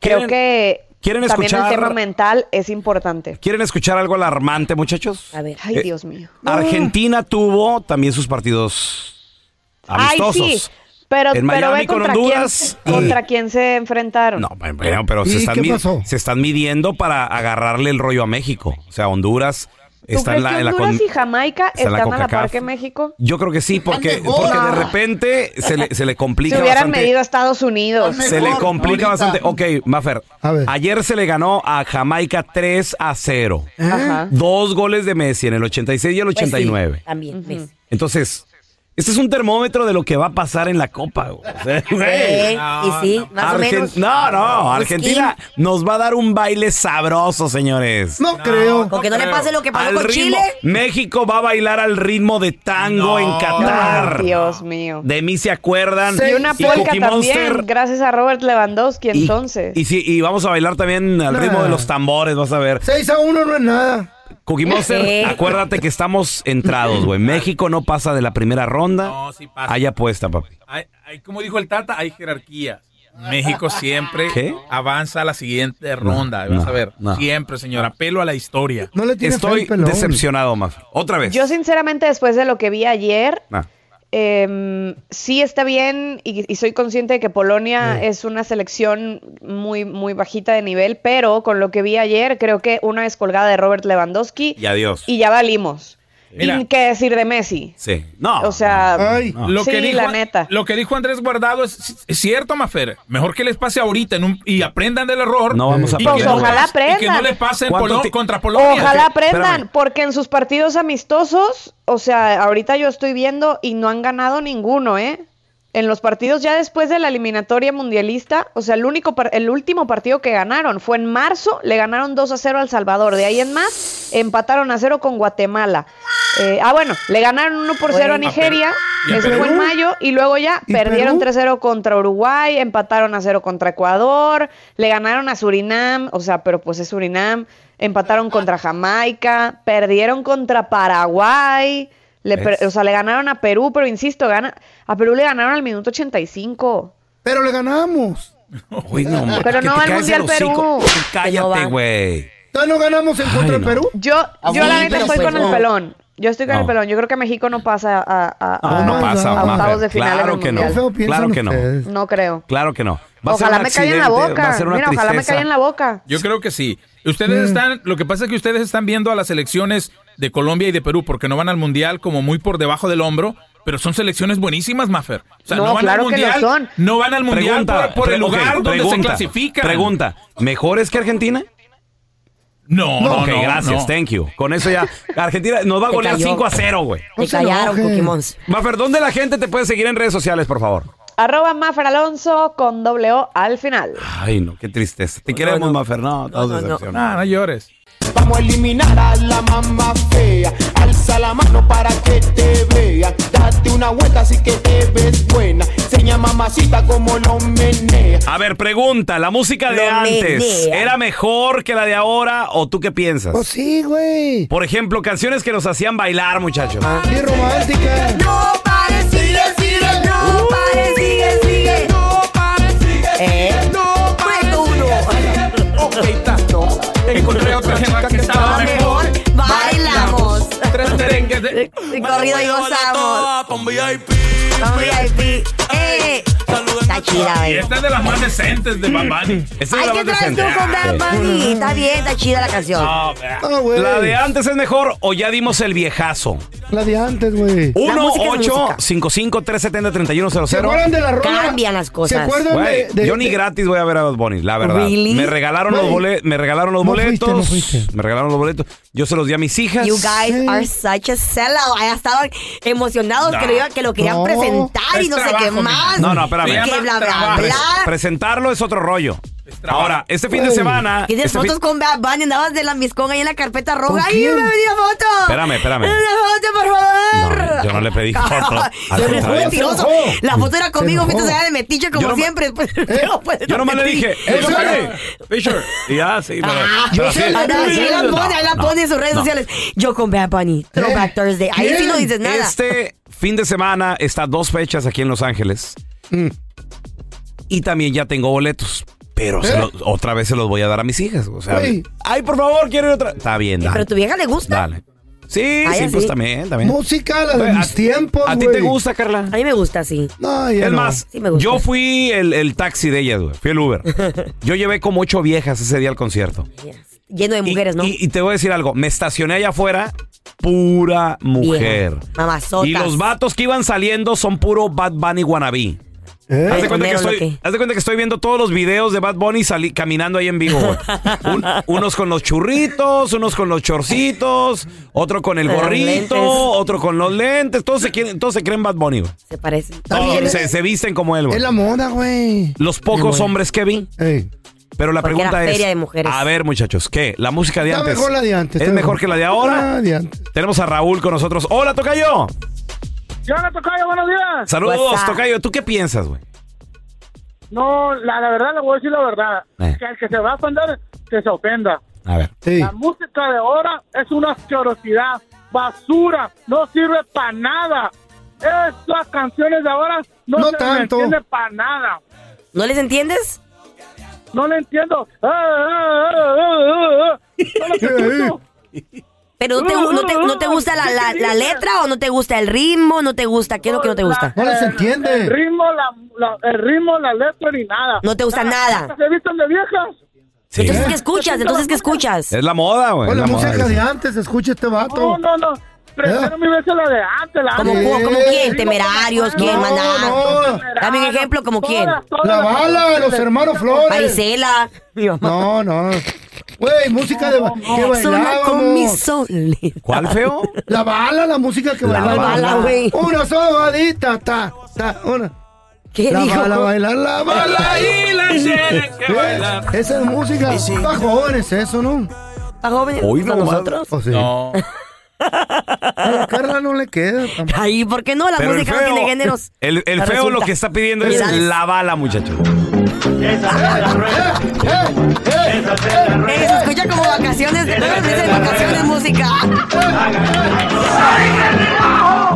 S1: ¿Quieren-
S11: que
S1: quieren
S11: también
S1: escuchar-
S11: el tema mental es importante.
S1: ¿Quieren escuchar algo alarmante, muchachos?
S11: A ver. Ay,
S1: Eh,
S11: Dios mío.
S1: Argentina tuvo también sus partidos amistosos.
S11: Ay, sí. Pero,
S1: En
S11: pero
S1: Miami
S11: ve
S1: con
S11: contra
S1: Honduras.
S11: Quién, contra quién se enfrentaron. No,
S1: eh, Bueno, pero
S3: ¿Y
S1: se están,
S3: qué
S1: mi-
S3: pasó?
S1: se están midiendo para agarrarle el rollo a México. O sea, Honduras
S11: ¿Tú
S1: está
S11: crees
S1: en la,
S11: que
S1: en la
S11: Honduras
S1: con-
S11: y Jamaica
S1: está en
S11: están
S1: la
S11: a la par
S1: CONCACAF.
S11: que México?
S1: Yo creo que sí, porque,
S11: Están de
S1: porque de
S11: boda.
S1: repente se le, se le
S11: Si
S1: complica
S11: hubieran
S1: bastante.
S11: medido a Estados Unidos.
S1: Se le complica bastante. Ok, Maffer. Ayer se le ganó a Jamaica 3 a 0.
S11: Ajá.
S1: Dos goles de Messi en el 86 y
S4: Pues
S1: el 89.
S4: también, ¿ves?
S1: Entonces, este es un termómetro de lo que va a pasar en la Copa. güey. O sea, güey.
S4: y sí, más o
S1: Argen-
S4: menos.
S1: No, no,
S4: Pues,
S1: Argentina nos va a dar un baile sabroso, señores.
S3: No creo.
S4: Con que no le pase lo que pasó
S1: Al
S4: con
S1: ritmo-
S4: Chile.
S1: México va a bailar al ritmo de tango en Qatar.
S11: Ay, Dios mío.
S1: De mí se acuerdan.
S11: Y una polca
S1: Cookie
S11: también,
S1: Monster.
S11: gracias a Robert Lewandowski, entonces.
S1: Y sí, y vamos a bailar también al
S11: Nah.
S1: ritmo de los tambores, vas a ver.
S3: 6 a 1 no es nada.
S1: Cookie Monster,
S3: Sí.
S1: acuérdate que estamos entrados, güey. México no pasa de la primera ronda.
S7: No, sí pasa.
S1: Hay apuesta, papi.
S7: Hay, hay- como dijo el Tata, hay jerarquía. México siempre
S1: ¿Qué?
S7: avanza a la siguiente
S1: No,
S7: ronda. vas
S1: no,
S7: a ver.
S1: no.
S7: Siempre, señora. Apelo a la historia.
S3: No le tiene fe
S1: Estoy
S3: al pelón.
S1: decepcionado, más. Otra vez. Ah.
S11: Yo sinceramente después de lo que vi ayer,
S1: Nah.
S11: em, sí está bien y, y soy consciente de que Polonia es una selección muy, muy bajita de nivel, pero con lo que vi ayer creo que una descolgada de Robert Lewandowski
S1: Y adiós.
S11: y ya valimos.
S7: Mira.
S11: ¿Y qué decir de Messi?
S1: Sí. No.
S11: o sea,
S7: No. Lo,
S11: sí,
S7: que dijo,
S11: la neta.
S7: lo que dijo Andrés Guardado es, es cierto, Mafer. Mejor que les pase ahorita en un- y aprendan del error.
S1: No vamos a
S7: Y que
S11: Pues
S7: no-
S11: ojalá aprendan.
S7: Y que no les pase en
S1: ¿Cuánto
S7: Polo-
S1: ti-
S7: contra Polonia.
S11: Ojalá
S7: Sí.
S11: aprendan, porque en sus partidos amistosos, o sea, ahorita yo estoy viendo y no han ganado ninguno, ¿eh? En los partidos ya después de la eliminatoria mundialista, o sea, el único par- el último partido que ganaron fue en marzo, le ganaron 2 a 0 al Salvador, de ahí en más empataron a 0 con Guatemala. Eh, ah, bueno, le ganaron 1 por 0 a
S15: Bueno.
S11: Nigeria,
S15: ¿Y a
S11: eso
S15: Perú?
S11: fue en mayo, y luego ya
S15: ¿Y
S11: perdieron
S15: Perú?
S11: 3-0 contra Uruguay, empataron a 0 contra Ecuador, le ganaron a Surinam, o sea, pero pues es Surinam, empataron contra Jamaica, perdieron contra Paraguay, le per-
S15: ¿Ves?
S11: o sea, le ganaron a Perú, pero insisto, gana, a Perú le ganaron al minuto 85.
S3: Pero le ganamos.
S1: Uy, no, ma-
S11: Pero
S1: que
S11: no
S1: te
S11: va al
S1: calles el
S11: Mundial
S1: hocico.
S11: Perú. Que no
S1: Cállate,
S11: va.
S1: güey.
S3: ¿Todavía no ganamos en contra de Perú?
S11: Yo,
S3: Ah,
S11: yo la
S3: sí,
S11: neta
S3: pero
S11: estoy
S3: pues
S11: con
S3: no.
S11: el pelón. Yo estoy con
S1: No.
S11: el pelón. Yo creo que México no pasa a, a- a-
S3: Ah,
S1: No, no pasa,
S11: a
S1: Mafer.
S11: octavos de final en
S1: Claro
S11: el
S1: que no.
S11: Mundial.
S1: Claro que no. ustedes.
S11: No creo.
S1: Claro que no. Va a ser
S11: ojalá
S1: un
S11: me caiga en la
S1: accidente, va
S11: boca.
S1: a ser una
S11: Mira, ojalá me
S1: tristeza.
S11: caiga en la boca.
S7: Yo creo que sí. Ustedes están, lo que pasa es que ustedes están viendo a las selecciones de Colombia y de Perú porque no van al mundial como muy por debajo del hombro, pero son selecciones buenísimas, Mafer. O sea,
S11: No,
S7: no, van
S11: claro
S7: al
S11: que lo
S7: mundial,
S11: son.
S7: No van al mundial por, por el
S1: pre- ok,
S7: lugar donde se
S1: pregunta,
S7: clasifican.
S1: Pregunta, ¿mejores que Argentina?
S7: No, no,
S1: Ok,
S7: no,
S1: gracias,
S7: no.
S1: thank you. Con eso ya, Argentina nos va a
S7: Te
S1: golear
S7: cayó.
S1: 5 a 0, güey.
S4: Te No se callaron, enoje. Cookie Monster.
S1: Maffer, ¿dónde la gente te puede seguir en redes sociales, por favor?
S11: Arroba Mafer Alonso con doble O al final.
S1: Ay, no, qué tristeza. Te queremos, Maffer. No, todos decepcionados.
S7: No, no llores.
S6: Vamos a eliminar a la mamá fea. Alza la mano para que te vea. Date una vuelta así que te ves buena. Enseña mamacita como lo menea.
S1: A ver, pregunta, ¿la música de
S6: Lo
S1: antes
S6: menea.
S1: era mejor que la de ahora o tú qué piensas?
S3: Pues sí, güey.
S1: Por ejemplo, canciones que nos hacían bailar, muchachos.
S3: Qué romántica.
S4: No pares, sigue, sigue. No pares, sigue, sigue. No pares,
S6: Uh,
S4: sigue,
S6: eh,
S4: sigue. No pares, uno.
S7: Encontré otra jeva que estaba mejor.
S4: Bailamos.
S7: Tres merengues de...
S4: Y corrido y gozamos. Con VIP. Con VIP. Eh. Está chida,
S7: Y
S4: güey.
S7: esta es de las más decentes de Bad Bunny. Esta es
S4: Ay, ¿qué traes tú con Bad Bunny? Está bien, está chida la canción.
S1: Ah,
S3: Ah,
S4: Ah,
S1: ¿La de antes es mejor o ya dimos el viejazo?
S3: La de antes, güey.
S1: 1 8
S3: 8
S1: 55 370 3100
S3: ¿Se acuerdan de la rola?
S4: Cambian las cosas.
S3: ¿Se acuerdan
S1: Güey,
S3: de, de-
S1: yo ni
S3: de-
S1: gratis voy a ver a Bad Bunny, la verdad.
S3: Really?
S1: Me regalaron los
S3: Güey.
S1: boletos, me regalaron los
S3: No fuiste,
S1: boletos.
S3: no fuiste.
S1: Me regalaron los boletos. Yo se los di a mis hijas.
S4: You guys are such a Marcela, allá estaban emocionados
S1: No.
S4: que, lo iba- que lo querían
S1: No.
S4: presentar y
S1: Es
S4: no sé qué
S1: trabajo,
S4: más.
S1: No, no, espérame.
S4: Y Que bla, bla,
S1: Trabajo.
S4: bla.
S1: Presentarlo es otro rollo. Ahora, este fin de
S4: Ey.
S1: semana.
S4: Y de
S1: este
S4: fotos
S1: fin-
S4: con Bad Bunny, andabas de lambiscón ahí en la carpeta roja. ¡Ay,
S1: quién?
S4: me venía foto!
S1: Espérame, espérame.
S4: ¡Una foto, por favor!
S1: Yo no le pedí foto. Al
S4: Yo eres un
S1: contrario.
S4: mentiroso. La foto era conmigo,
S1: Se enojó.
S4: fuiste allá de metiche como siempre.
S3: ¿Eh?
S4: Pero, pues,
S1: Yo nomás le
S4: metí.
S1: dije, ¡Hey, Fisher! Y ya, sí, pero.
S4: Ah,
S1: pero
S4: yo
S1: así-
S4: sé, la- ahí la pone, ahí la
S1: No,
S4: pone en sus redes
S1: no.
S4: sociales. Yo con Bad Bunny,
S3: ¿Eh?
S4: Throwback Thursday. Ahí sí no dices nada.
S1: Este fin de semana está dos fechas aquí en Los Ángeles. Y también ya tengo boletos. Pero se
S4: ¿Eh?
S1: los- otra vez se los voy a dar a mis hijas. O sea, Ay, por favor, quiero ir otra. está bien, dale.
S4: Pero tu vieja le gusta. Ah,
S1: dale. Sí,
S4: Ay,
S1: sí,
S4: así.
S1: pues también, también.
S3: Música, la de
S1: Oye, a-
S3: mis tiempos,
S1: ¿A ti
S3: güey.
S1: te gusta, Carla?
S4: A mí me gusta, sí.
S1: es más,
S4: Sí me gusta.
S1: yo fui el, el taxi de ellas, güey. Fui el Uber. Yo llevé como ocho viejas ese día al concierto.
S4: Lleno de mujeres, ¿no?
S1: Y, y te voy a decir algo. Me estacioné allá afuera, pura mujer.
S4: Mamazotas.
S1: Y los vatos que iban saliendo son puro Bad Bunny wannabe.
S3: ¿Eh?
S1: Haz, de cuenta que
S4: Homero, lo
S1: estoy,
S4: que-
S1: haz de cuenta que estoy viendo todos los videos de Bad Bunny sali- caminando ahí en vivo. güey. Un- unos con los churritos, unos con los chorcitos, otro con el
S4: Con los lentes.
S1: gorrito, otro con los lentes. Todos se, quieren- todos se creen Bad Bunny. güey.
S4: Se parecen.
S1: Todos se, se visten como él. güey.
S3: Es la moda, güey.
S1: Los pocos hombres que vi. Pero la
S4: Ah, Porque era
S1: pregunta es,
S4: feria de mujeres.
S1: a ver muchachos, ¿qué? ¿La música de
S3: Está
S1: antes?
S3: mejor la de antes,
S1: ¿Es
S3: está
S1: mejor
S3: mejor.
S1: que la de ahora?
S3: La de antes.
S1: Tenemos a Raúl con nosotros. ¡Hola, Tocayo!
S15: Hola, Tocayo, buenos días.
S1: Saludos, Tocayo. ¿Tú qué piensas, güey?
S15: No, la, la verdad, le voy a decir la verdad. Que el que se va a ofender, que se ofenda.
S1: A ver.
S15: La música de ahora es una asquerosidad, basura, no sirve para nada. Estas canciones de ahora no,
S4: No
S15: se
S4: tanto.
S15: entiende para nada.
S4: ¿No les entiendes?
S15: No le entiendo. Ah, ah, ah, ah, ah, ah. No lo que escucho.
S4: Pero no te, gu- no te- no te gusta la, la- la letra o no te gusta el ritmo, no te gusta, ¿qué es lo que no te gusta?
S15: El- El ritmo, la, la- el ritmo, la letra ni nada.
S4: No te gusta nada.
S15: ¿Se visten de viejas?
S4: Entonces, ¿qué escuchas? Entonces, ¿qué escuchas?
S1: Es la moda, güey.
S3: O
S1: es
S3: la
S1: la moda.
S3: música de antes, escucha este vato. ¿Eh?
S15: No, no, no. Prefiero mil veces la de antes. La
S4: ¿Como,
S15: antes.
S4: como, como quién? ¿Temerarios? ¿Quién?
S15: No,
S4: ¿Maná?
S15: no.
S4: Dame un ejemplo, ¿como quién?
S3: La bala, los hermanos Flores.
S4: Marisela.
S3: No, no. Güey, música de ba- que
S4: Sola con mi
S3: bailábamos.
S1: ¿Cuál feo?
S3: La bala, la música que
S1: La
S3: bailaba.
S1: bala, güey.
S3: Una sobadita, ta, ta, una.
S4: ¿Qué
S3: la
S4: dijo?
S3: Bala, bailar la bala ¿Eh?
S1: y la tienen que
S3: ¿Ves?
S1: bailar.
S3: Esa es música para jóvenes, eso, ¿no?
S4: ¿Para jóvenes? ¿Para nosotros?
S3: No. A Carla no le queda.
S4: Ahí, ¿por qué no? La
S1: Pero el
S4: música no
S1: feo-
S4: tiene géneros.
S1: El, el
S4: La
S1: feo lo
S4: resulta.
S1: que está pidiendo es
S4: Mira.
S1: la bala, muchachos.
S4: Eh, se escucha como vacaciones. No me dicen vacaciones música.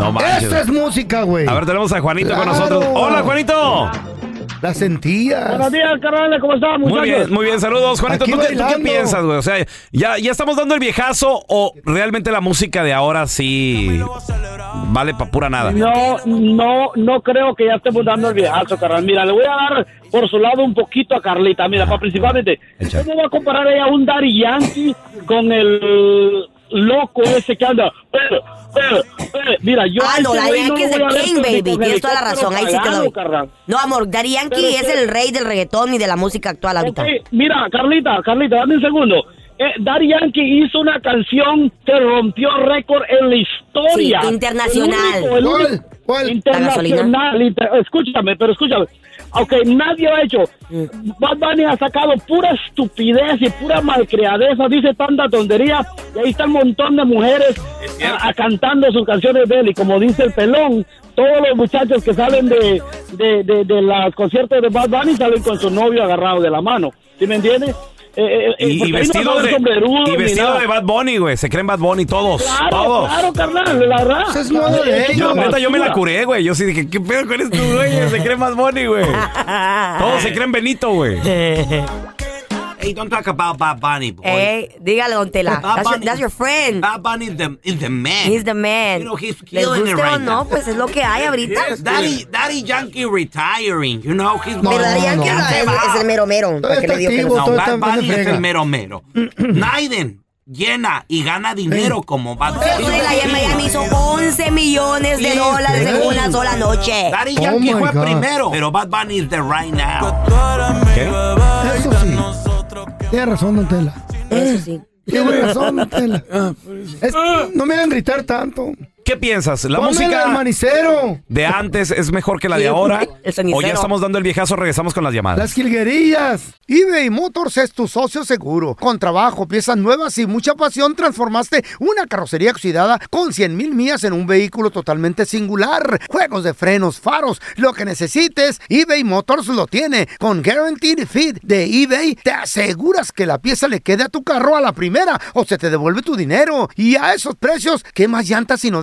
S1: No manches.
S3: Esa es música, güey.
S1: A ver, tenemos a Juanito con
S3: Claro.
S1: nosotros. ¡Hola, Juanito!
S3: La sentía. Buenos
S15: días, carnal. ¿Cómo estás,
S1: Ah. Muy bien, muy bien, saludos. Juanito,
S3: Aquí
S1: ¿tú qué, tú qué
S3: bailando.
S1: piensas, güey? O sea, ¿ya, ¿ya estamos dando el viejazo o realmente la música de ahora sí vale para pura nada?
S15: No, no, no creo que ya estemos dando el viejazo, carnal. Mira, le voy a dar por su lado un poquito a Carlita. Mira, para principalmente, ¿cómo va a comparar ella un Daddy Yankee con el loco ese que anda? Pero, pero, pero, mira, yo.
S4: Ah,
S15: a
S4: no,
S15: ese
S4: Daddy
S15: güey
S4: Yankee
S15: lo
S4: es
S15: voy a
S4: el
S15: ver
S4: king,
S15: con-
S4: baby.
S15: con
S4: Tienes toda la
S15: helicóptero
S4: razón, ahí sí te
S15: pagado,
S4: doy.
S15: carnal.
S4: No, amor, Daddy Yankee es el rey del reggaetón y de la música actual ahorita.
S15: Eh, mira, Carlita, Carlita, dame un segundo. Eh, Daddy Yankee hizo una canción que rompió récord en la historia.
S4: Sí, internacional.
S15: El único, el
S4: ¿Cuál?
S15: único-
S4: gasolina?
S15: Internacional. inter- escúchame, pero escúchame. Aunque nadie lo ha hecho. Bad Bunny ha sacado pura estupidez y pura malcriadeza, dice tanta tontería. Y ahí está un montón de mujeres a- a- cantando sus canciones de él. Y como dice el pelón, todos los muchachos que salen de, de, de- de los conciertos de Bad Bunny salen con su novio agarrado de la mano. ¿Sí me entiendes? Eh, eh, eh, porque
S1: Y, y
S15: ahí no
S1: vestido,
S15: sale
S1: de,
S15: sombrerudo
S1: y
S15: ni
S1: vestido
S15: nada.
S1: de Bad Bunny, güey. Se creen Bad Bunny todos.
S15: Claro,
S1: todos.
S15: claro, carnal, la verdad.
S3: Ese es modo de ellos.
S1: Yo, neta, yo me la
S3: basura.
S1: curé, güey. Yo sí dije, ¿qué pedo con estos güeyes? Se creen Bad Bunny, güey. Todos se creen Benito, güey.
S14: Hey, don't talk about Bad Bunny, boy.
S4: Eh, dígale, don Tela.
S14: Bad
S1: Ah,
S4: That's your,
S14: Bunny-
S4: that's your friend.
S14: Bad Bunny is the, is the man.
S4: He's the man. Les
S14: killing it
S4: guste o
S14: right
S4: no,
S14: now.
S4: pues es lo que hay ahorita.
S14: Yes, Daddy, Daddy Yankee retiring, you know. He's
S4: Pero Daddy Yankee es- es, el mero mero. ¿Para qué le digo que no?
S14: No, Bad Bunny es el mero mero. Naiden llena y gana dinero como Bad Bunny.
S4: Eso de la Yema Miami hizo 11 millones de
S14: Sí,
S4: dólares en
S14: sí.
S4: una sola noche.
S14: Daddy Yankee fue primero, pero Bad Bunny is the right now.
S3: Eso sí. Tienes razón, Don Tela. Eh,
S4: Eso sí. Ah.
S3: Tienes razón, Don Tela. Es- no me hagan gritar tanto.
S1: ¿Qué piensas? ¿La
S3: Ponme
S1: música
S3: del manicero.
S1: de antes es mejor que la
S3: Sí,
S1: de ahora?
S3: el
S1: ¿O ya
S3: cenicero.
S1: estamos dando el viejazo? Regresamos con las llamadas.
S3: Las jilguerillas. eBay Motors es tu socio seguro. Con trabajo, piezas nuevas y mucha pasión, transformaste una carrocería oxidada con 100 mil millas en un vehículo totalmente singular. Juegos de frenos, faros, lo que necesites, eBay Motors lo tiene. Con Guaranteed Fit de eBay, te aseguras que la pieza le quede a tu carro a la primera o se te devuelve tu dinero. Y a esos precios, ¿qué más llantas sino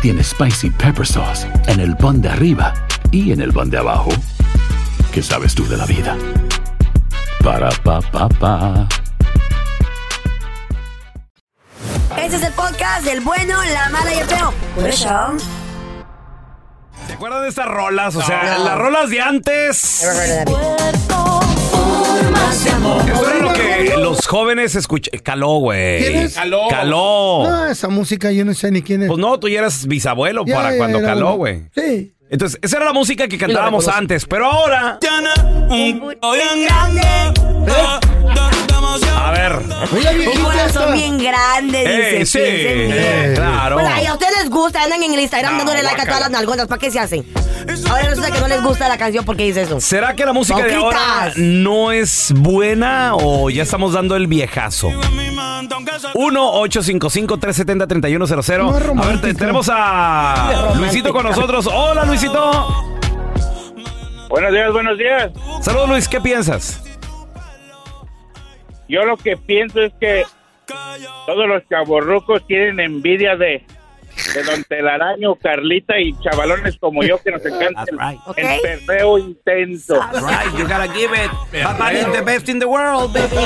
S16: tiene Spicy Pepper Sauce en el pan de arriba y en el pan de abajo, ¿qué sabes tú de la vida? Para, pa, pa, pa.
S4: Este es el podcast del bueno, la mala y el feo. Por eso.
S1: ¿Te acuerdas de estas rolas? O sea, las rolas de antes. Esto era lo que los jóvenes escuchaban. Caló, güey.
S3: ¿Quién es?
S1: Eh,
S3: No,
S1: Caló.
S3: Ah, esa música yo no sé ni quién es.
S1: Pues no, tú ya eras bisabuelo
S3: Ya,
S1: para
S3: ya
S1: cuando
S3: era
S1: caló,
S3: uno.
S1: güey.
S3: Sí.
S1: Entonces, esa era la música que cantábamos
S3: reconozco.
S1: antes, pero ahora. A ver.
S4: ¿Eh? Un corazón bien grande, dice.
S1: Ey, sí.
S4: piensa en mí.
S1: Eh, claro.
S4: Bueno, y a ustedes les gusta, andan en el Instagram
S1: No,
S4: dándole like a
S1: guácala.
S4: todas las nalgonas. ¿Para qué se hacen? Ahora resulta que no les gusta la canción porque dice eso.
S1: ¿Será que la música de
S4: Hipócritas.
S1: ahora no es buena o ya estamos dando el viejazo? 1-855-370-3100. A ver, te- tenemos a Luisito con nosotros. Hola, Luisito.
S17: Buenos días, buenos días.
S1: Saludos, Luis. ¿Qué piensas?
S17: Yo lo que pienso es que todos los chaborrucos tienen envidia de, de Don Telaraño, Carlita y chavalones como yo que nos encanta el, el perreo intenso.
S14: You gotta give it. Bad Bunny is the best in the world, baby.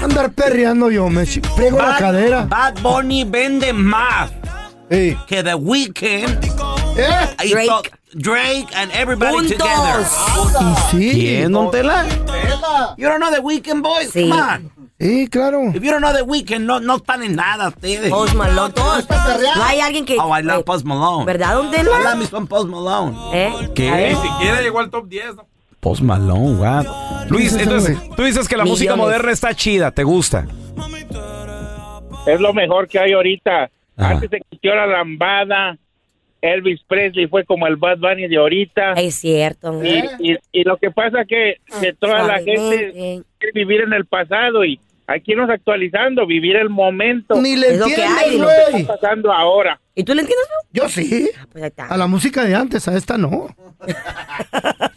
S3: Andar perreando yo, me chi- frego la
S14: Bad-
S3: cadera.
S14: Bad Bunny vende más que The Weeknd. Y
S3: Eh. Drake.
S14: to- Drake and everybody
S3: Juntos.
S14: together.
S3: Sí.
S14: ¿Quién, don Tela? You don't know The Weeknd, boys?
S3: Sí.
S14: Come on.
S3: Sí, claro.
S14: If you don't know The Weeknd, no, no están en nada ustedes.
S4: Post Malone, todos. No hay alguien que. eh,
S14: Oh, I love Post Malone.
S4: ¿Verdad, don Tela?
S14: I love me some Post Malone.
S4: ¿Eh?
S1: ¿Qué?
S7: Ni siquiera llegó al top 10. ¿no?
S1: Post Malone, guau. Luis, entonces, tú dices que la música
S17: Millones.
S1: moderna está chida, ¿te gusta?
S17: Es lo mejor que hay ahorita. Antes se quitó la lambada. Elvis Presley fue como el Bad Bunny de ahorita.
S4: Es cierto. ¿eh?
S17: Y, y- y lo que pasa que, que toda la gente
S9: eh.
S4: Suavemente.
S17: quiere vivir en el pasado y aquí nos actualizando, vivir el momento.
S3: Ni le Es lo que entiendes, hay.
S17: Y lo que está pasando ahora.
S4: ¿Y tú le entiendes?
S3: Yo sí.
S4: Pues ahí está.
S3: A la música de antes, a esta no.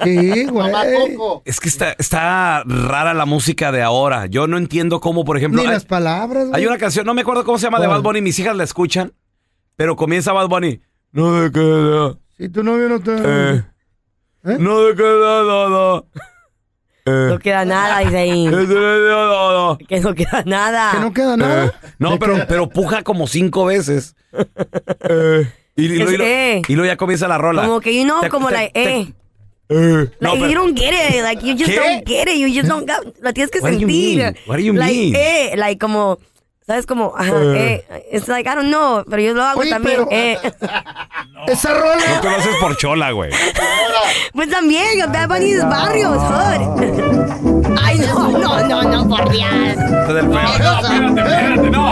S3: Sí, güey.
S14: Oh.
S1: Es que está, está rara la música de ahora. Yo no entiendo cómo, por ejemplo.
S3: Ni
S1: hay-
S3: las palabras, güey.
S1: Hay una canción, no me acuerdo cómo se llama, de
S14: Oh.
S1: Bad Bunny. Mis hijas la escuchan, pero comienza Bad Bunny. No de qué edad,
S3: Si tu novio no te...
S1: eh. No de qué edad, no, no. Eh.
S4: No queda nada, dice ahí.
S1: Que no
S4: Que no queda nada. Que no
S3: queda
S1: Eh, no, pero, pero puja como cinco veces. Eh, y, y,
S4: Es
S1: luego- y,
S4: eh.
S1: luego- y luego ya comienza la rola.
S4: Como que, you know, como la. Eh.
S1: Eh, no,
S4: Like,
S1: pero-
S4: you don't get it. Like, you just
S1: ¿Qué?
S4: don't get it. You just don't got- La tienes que
S1: What do you
S4: sentir.
S1: mean? What do you
S4: like,
S1: mean?
S4: eh, like, como... ¿Sabes? Como, ajá,
S1: Eh.
S4: eh. It's like, I don't know. Pero yo lo hago también, eh.
S3: Esa rola...
S1: no te lo haces por chola, güey.
S4: Pues también, Bad Bunny es barrio, es hood. Ay, no, no, no, no, por Dios.
S1: Este del feo.
S4: espérate, espérate, no.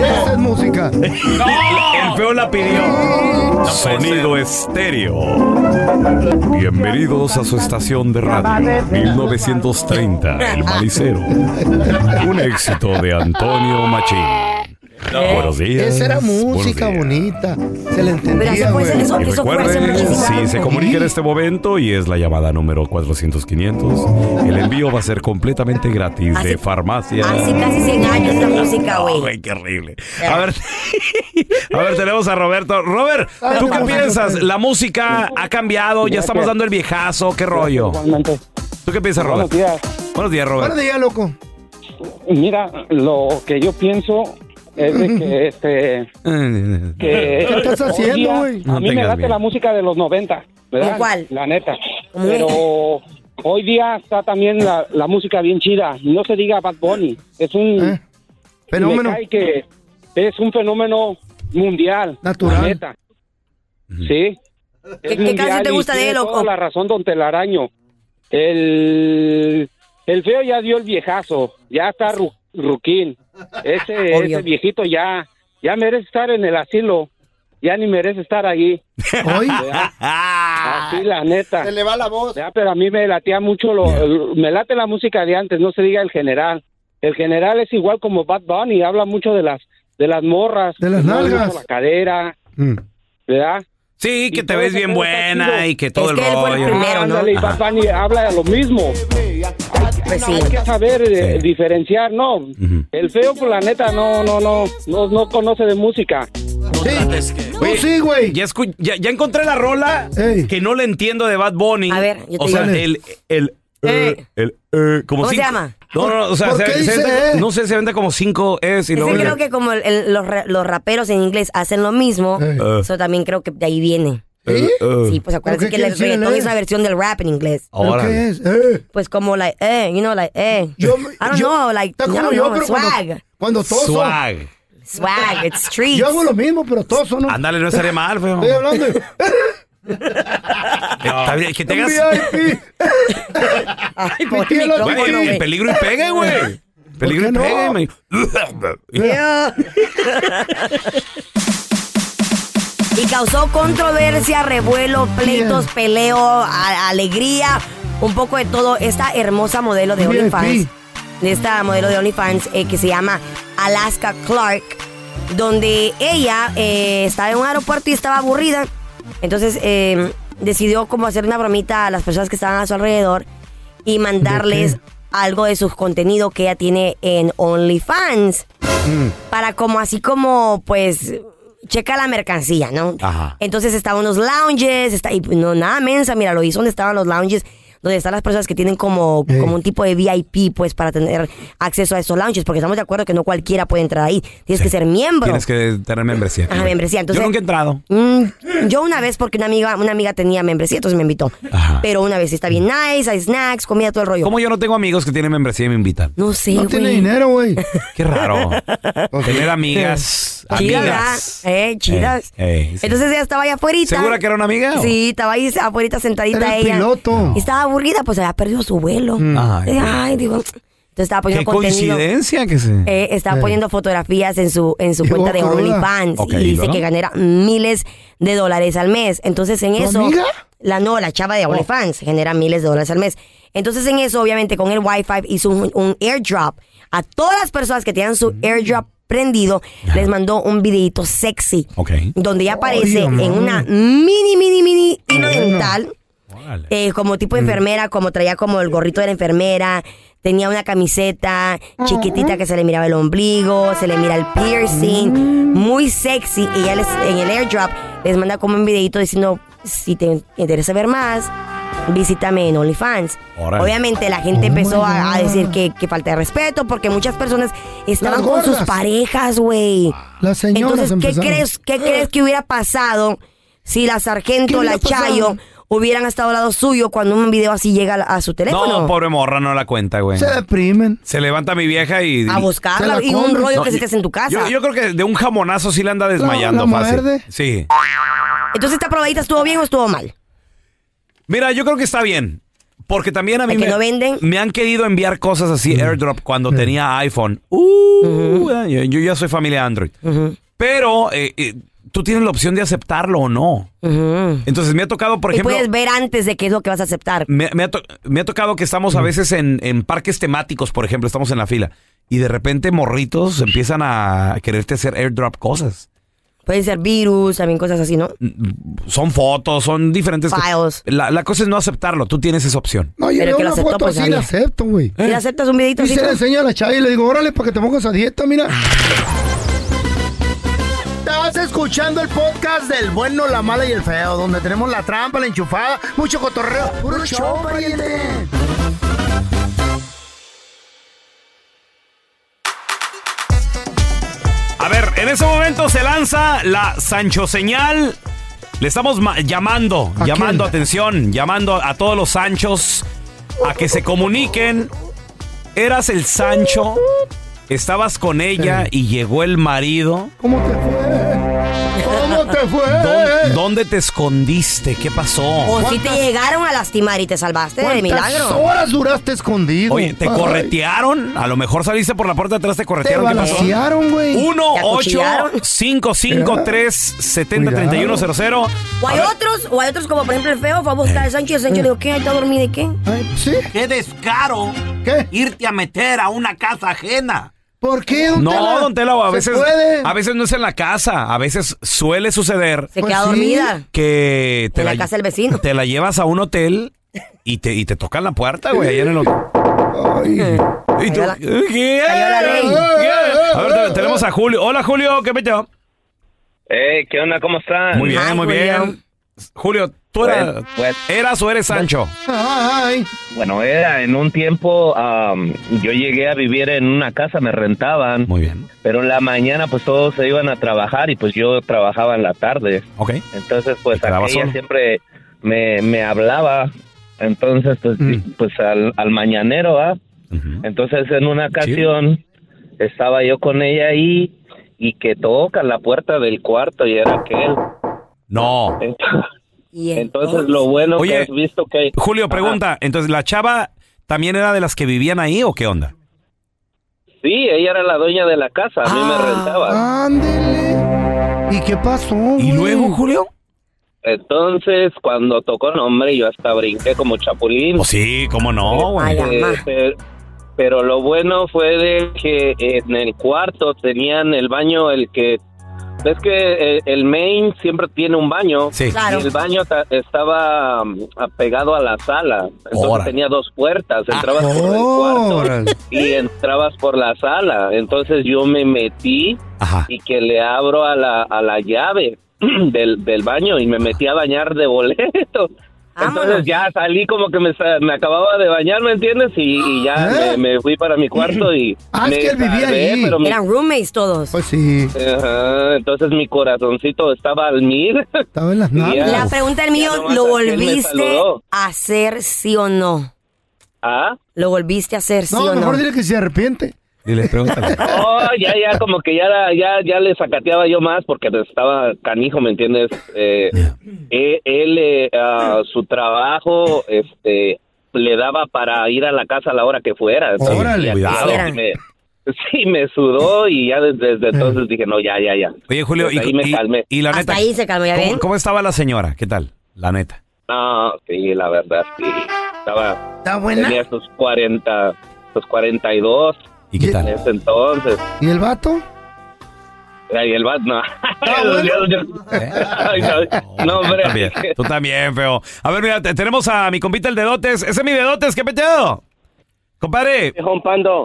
S3: Esa es música.
S1: El feo la pidió. Sonido estéreo. Bienvenidos a su estación de radio 1930, El Malicero. Un éxito de Antonio Machín. Buenos días.
S3: Esa Eh, era
S1: buenos
S3: música bonita. Se le
S4: Pero
S3: entendía,
S4: eso fue-
S3: güey.
S4: pues, eso-
S1: Y
S4: eso fue hace
S1: recuerden,
S4: muchísimo
S1: si se
S4: tiempo.
S1: comunica en este momento y es la llamada número 400-500, el envío va a ser completamente gratis de farmacia.
S4: Hace casi 100 años esa música,
S1: No,
S4: güey.
S1: güey, qué horrible. A ver, a ver, tenemos a Roberto. Robert, ¿tú qué piensas? ¿La música ha cambiado? ¿Ya estamos dando el viejazo? ¿Qué rollo? ¿Tú qué piensas, Robert?
S18: Buenos días.
S1: Buenos días, Robert.
S3: Buenos días, loco.
S18: Mira, lo que yo pienso es de que este que
S3: ¿Qué estás haciendo,
S18: odia-
S3: güey?
S18: A
S3: No
S18: mí me
S3: tengas
S18: late
S3: miedo.
S18: la música de los 90, ¿verdad?
S3: ¿De cuál?
S18: La neta. Pero
S4: este.
S18: hoy día está también la, la música bien chida. No se diga Bad Bunny. Es un
S3: Eh, fenómeno.
S18: me cae que es un fenómeno mundial.
S3: Natural.
S18: La neta. Sí. Es
S4: ¿Qué- qué
S18: mundial
S4: canción te
S18: y
S4: gusta de
S18: tiene
S4: él, loco?
S18: toda la razón, don Telaraño. El, el feo ya dio el viejazo. Ya está ru- Ruquín. Ese,
S4: Obvio.
S18: ese viejito ya, ya merece estar en el asilo. Ya ni merece estar ahí. ¿Verdad? Así, la neta.
S12: Se le va la voz.
S18: Ya, pero a mí me latea mucho, lo, el- me late la música de antes, no se diga el general. El general es igual como Bad Bunny, habla mucho de las de las morras.
S3: De las
S18: que mueven
S3: nalgas.
S18: mucho La cadera, ¿verdad?
S1: Sí, que te ves bien
S18: buena
S1: y que todo Es el que él fue el rollo. primero, ¿no?
S18: Ándale, y Bad Bunny habla de lo mismo.
S1: Pues
S18: Hay que saber eh, diferenciar, ¿no? El feo, por la neta, no, no, no, no, no conoce de música.
S3: Pues
S1: Oye, Ya, escu- ya- ya encontré la rola que no le entiendo de Bad Bunny. A ver,
S4: yo te
S1: O sea,
S4: digo.
S1: el. el,
S4: Eh.
S1: el- eh, como
S4: ¿Cómo se
S1: cinco-
S4: llama?
S1: No, no, no, o sea,
S4: ¿Por
S1: se,
S4: qué
S1: se
S4: dice
S1: vende-
S4: eh?
S3: E?
S1: no sé, se vende como 5 es y
S4: Ese
S1: luego.
S4: creo que como el- el- los, ra- los raperos en inglés hacen lo mismo,
S1: Eh.
S4: eso también creo que de ahí viene.
S1: Eh, eh.
S4: Sí, pues acuérdense
S1: ¿Pero qué
S4: que el
S1: quiere decir el
S4: reggaetón
S1: eh?
S4: es una versión del rap en inglés.
S1: ¿Pero Órale. qué
S3: es?
S4: Pues como like, eh, you know, like, eh. I don't
S3: yo-
S4: know, like,
S3: está
S4: I
S3: como
S4: don't
S3: yo,
S4: know,
S3: pero cuando-
S4: swag.
S3: cuando toso. Swag.
S4: Swag, it's street.
S3: Yo hago lo mismo, pero todos ¿no?
S1: Ándale, no estaría mal, feo.
S3: Estoy hablando. de-
S1: Está bien, que
S3: Un
S1: tengas.
S3: VIP.
S4: Ay,
S3: Mi tía la-
S1: Güey,
S3: güey.
S1: peligro y pegue, güey. Peligro y
S3: qué no?
S1: pegue. me-
S4: Y causó controversia, revuelo, pleitos, peleo, a- alegría, un poco de todo. Esta hermosa modelo de
S3: VIP.
S4: OnlyFans, de esta modelo de OnlyFans eh, que se llama Alaska Clark, donde ella eh, estaba en un aeropuerto y estaba aburrida. Entonces eh, decidió como hacer una bromita a las personas que estaban a su alrededor y mandarles algo de sus contenidos que ella tiene en OnlyFans
S1: Mm.
S4: para como así como pues checa la mercancía, ¿no?
S1: Ajá.
S4: Entonces estaban los lounges, está, y pues, no nada mensa, mira, lo hizo donde estaban los lounges, donde están las personas que tienen como, como un tipo de VIP, pues, para tener acceso a esos lounges, porque estamos de acuerdo que no cualquiera puede entrar ahí, tienes que ser miembro.
S1: Tienes que tener membresía.
S4: Ajá, membresía. Entonces,
S1: Yo nunca he entrado.
S4: Mm, yo una vez, porque una amiga, una amiga tenía membresía, entonces me invitó. Pero una vez sí está bien nice, hay snacks, comida, todo el rollo.
S1: ¿Cómo yo no tengo amigos que tienen membresía y me invitan?
S4: No sé,
S3: No
S4: güey.
S3: tiene dinero, güey.
S1: Qué raro. Tener amigas.
S4: Chida,
S1: Amigas.
S4: ¿verdad? Eh, chidas.
S1: Ey, ey, sí.
S4: Entonces ella estaba ahí afuera.
S1: ¿Segura que era una amiga o?
S4: Sí, estaba ahí afuera sentadita
S1: Era el
S4: ella.
S1: piloto.
S4: Y estaba aburrida, pues había perdido su vuelo.
S1: Mm.
S4: Ay,
S1: Ay,
S4: digo. Entonces estaba poniendo
S1: Qué
S4: contenido.
S1: coincidencia que se.
S4: Eh, estaba
S1: Eh.
S4: poniendo fotografías en su en su cuenta de
S1: cruda.
S4: OnlyFans
S1: Ok,
S4: y
S1: ¿y
S4: dice
S1: luego?
S4: que ganara miles de dólares al mes. Entonces en
S1: ¿Tu
S4: eso
S1: amiga? Oh.
S4: la no, la chava de OnlyFans genera miles de dólares al mes. Entonces en eso obviamente con el Wi-Fi hizo un, un AirDrop a todas las personas que tenían
S1: Mm.
S4: su AirDrop prendido les mandó un videito sexy
S1: Ok. Oh,
S4: donde ya aparece
S1: Ay, mamá.
S4: en una mini mini mini hilo dental eh, como tipo
S3: Mm.
S4: enfermera, como traía como el gorrito de la enfermera, tenía una camiseta chiquitita que se le miraba el ombligo, se le mira el
S3: Mm.
S4: piercing, muy sexy. Y ya les, en el airdrop les manda como un videito diciendo, si te interesa ver más, visítame en OnlyFans.
S19: Órale.
S4: Obviamente la gente
S3: Oh
S4: empezó a, a decir que, que falta de respeto porque muchas personas estaban
S3: Las
S4: con sus
S3: gordas.
S4: parejas, güey.
S3: Las señoras
S4: Entonces, ¿qué
S3: empezaron.
S4: crees, ¿qué crees que hubiera pasado si la
S3: ¿Qué
S4: sargento,
S3: hubiera
S4: la chayo,
S3: pasado?
S4: hubieran estado al lado suyo cuando un video así llega a- a su teléfono?
S1: No, pues, pobre morra, no la cuenta, güey.
S3: Se deprimen.
S1: Se levanta mi vieja y.
S4: A buscarla Se la y un come. rollo que se te hace en tu casa.
S1: Yo, yo creo que de un jamonazo sí la anda desmayando
S4: la
S1: fácil.
S4: muerde.
S1: Sí.
S4: Entonces, ¿esta probadita estuvo bien o estuvo mal?
S1: Mira, yo creo que está bien. Porque también a mí
S4: ¿De que
S1: me,
S4: no venden?
S1: me han querido enviar cosas así, airdrop, cuando tenía iPhone. Uh, yo, yo ya soy familia Android. Pero eh, eh, tú tienes la opción de aceptarlo o no. Entonces me ha tocado, por
S4: y
S1: ejemplo...
S4: puedes ver antes de qué es lo que vas a aceptar.
S1: Me, me ha to- me ha tocado que estamos a veces en, en parques temáticos, por ejemplo, estamos en la fila. Y de repente morritos empiezan a quererte hacer airdrop cosas.
S4: Pueden ser virus, también cosas así, ¿no?
S1: Son fotos, son diferentes co-
S4: Files.
S1: La, la cosa es no aceptarlo, tú tienes esa opción.
S3: No, yo
S4: Pero
S3: veo
S4: que lo
S3: una
S4: aceptó,
S3: foto
S4: pues,
S3: así, la
S4: había.
S3: acepto, güey.
S4: ¿Y le aceptas un videito Ah.
S3: Y
S4: así?
S3: se la
S4: tú?
S3: enseño a la chava y le digo, órale, para que te pongas a dieta, mira. Estás escuchando el podcast del bueno, la mala y el feo, donde tenemos la trampa, la enchufada, mucho cotorreo.
S4: Eh,
S3: ¡Puro show, pariente!
S1: A ver, En ese momento se lanza la Sancho Señal. Le estamos ma- llamando, llamando atención, llamando a todos los Sanchos a que se comuniquen. Eras el Sancho, estabas con ella y llegó el marido.
S3: ¿Cómo te fue?
S1: ¿Dó- ¿Dónde te escondiste? ¿Qué pasó?
S4: O si te llegaron a lastimar y te salvaste de milagro.
S3: horas duraste escondido?
S1: Oye, ¿te corretearon? A lo mejor saliste por la puerta de atrás, te
S3: Te
S1: corretearon. ¿Qué pasó?
S3: balasearon, güey.
S1: 1 8
S4: acuchillaron?
S1: 5 5 3 70 31 00
S4: O hay otros, o hay otros como por ejemplo el feo, fue a buscar a Sancho y el Sancho le dijo, ¿qué? ¿Está dormido de qué?
S3: Eh, ¿Sí?
S14: Qué descaro irte a meter a una casa ajena.
S3: ¿Por qué? don
S1: No,
S3: Tela?
S1: don Tela, a
S3: ¿Se
S1: veces,
S3: puede?
S1: a veces no es en la casa, a veces suele suceder.
S4: Se queda Pues sí. dormida.
S1: Que te
S4: En la casa del vecino.
S1: Te la llevas a un hotel y te, y te tocan la puerta, güey, allá en el hotel. Y tú- ¿Qué? ¿Qué? A ver, te- tenemos a Julio. Hola, Julio, ¿qué peteo?
S5: Hey, Eh, ¿qué onda? ¿Cómo están?
S1: Muy
S4: Ah,
S1: bien, Ah, muy bien. Julio, tú eras, eras o eres Sancho.
S3: Ay.
S5: pues, Bueno, era en un tiempo, am, yo llegué a vivir en una casa, me rentaban.
S1: Muy bien.
S5: Pero en la mañana pues todos se iban a trabajar y pues yo trabajaba en la tarde.
S1: Ok.
S5: Entonces pues aquella
S1: quedabas solo?
S5: siempre me, me hablaba. Entonces pues,
S3: Mm.
S5: pues al, al mañanero, ¿ah? Entonces en una ocasión estaba yo con ella ahí y que toca la puerta del cuarto y era aquel.
S1: No.
S5: Entonces lo bueno
S1: Oye,
S5: que has visto que...
S1: Julio, pregunta, entonces, ¿la chava también era de las que vivían ahí o qué onda?
S5: Sí, ella era la dueña de la casa, a mí
S1: Ah,
S5: me rentaba.
S3: ¿Y qué pasó? ¿Y
S1: luego, Julio?
S5: Entonces, cuando tocó nombre, yo hasta brinqué como chapulín. Eh,
S1: Pues sí, cómo no, güey.
S5: pero, pero lo bueno fue de que en el cuarto tenían el baño, el que... Ves que eh, el main siempre tiene un baño.
S1: Sí. Claro.
S5: Y el baño ta- estaba mm, pegado a la sala. Entonces
S1: Órale. Ah, oh.
S5: tenía dos puertas. Entrabas por el cuarto y entrabas por la sala. Entonces yo me metí y que le abro a la, a la llave del, del baño y me metí a bañar de boleto. Entonces ya salí como que me, sa- me acababa de bañar, ¿me entiendes? Y, y
S3: ¿Eh?
S5: ya me, me fui para mi cuarto y...
S3: Ah,
S5: me salvé, pero mi-
S4: Eran roommates todos. Pues
S3: sí.
S5: Ajá, entonces mi corazoncito estaba al mil.
S3: Estaba en las
S4: La pregunta del mío, ¿lo volviste a hacer sí o no?
S5: ¿Ah?
S4: ¿Lo volviste a hacer sí
S3: No,
S4: o
S3: mejor
S4: no?
S3: dile que se arrepiente.
S1: Y le preguntan.
S5: Oh, ya, ya, como que ya, la- ya, ya le sacateaba yo más porque pues, estaba canijo, ¿me entiendes? Eh, eh, él, eh, ah, su trabajo, este, le daba para ir a la casa a la hora que fuera. Entonces,
S1: Órale,
S5: ya,
S1: cuidado.
S5: claro, sí me- sí, me sudó y ya desde, desde entonces dije, no, ya, ya, ya.
S1: Oye, Julio, y,
S5: Desde ahí me
S1: y-
S5: calmé.
S1: y la neta.
S4: ahí se calmó, ¿ya
S1: ¿cómo-
S4: ven?
S1: ¿Cómo estaba la señora? ¿Qué tal? La neta.
S5: No, sí, la verdad, sí. Estaba... Tenía sus 40, sus 42.
S1: ¿Y qué tal?
S5: En ese entonces.
S3: ¿Y el vato?
S5: Ay, el bat, no. Ay, no, no,
S1: Tú
S5: hombre.
S1: también, tú también, feo. A ver, mira, te- tenemos a mi compita el Dedotes. Ese es mi Dedotes, ¿qué peteado? Compadre.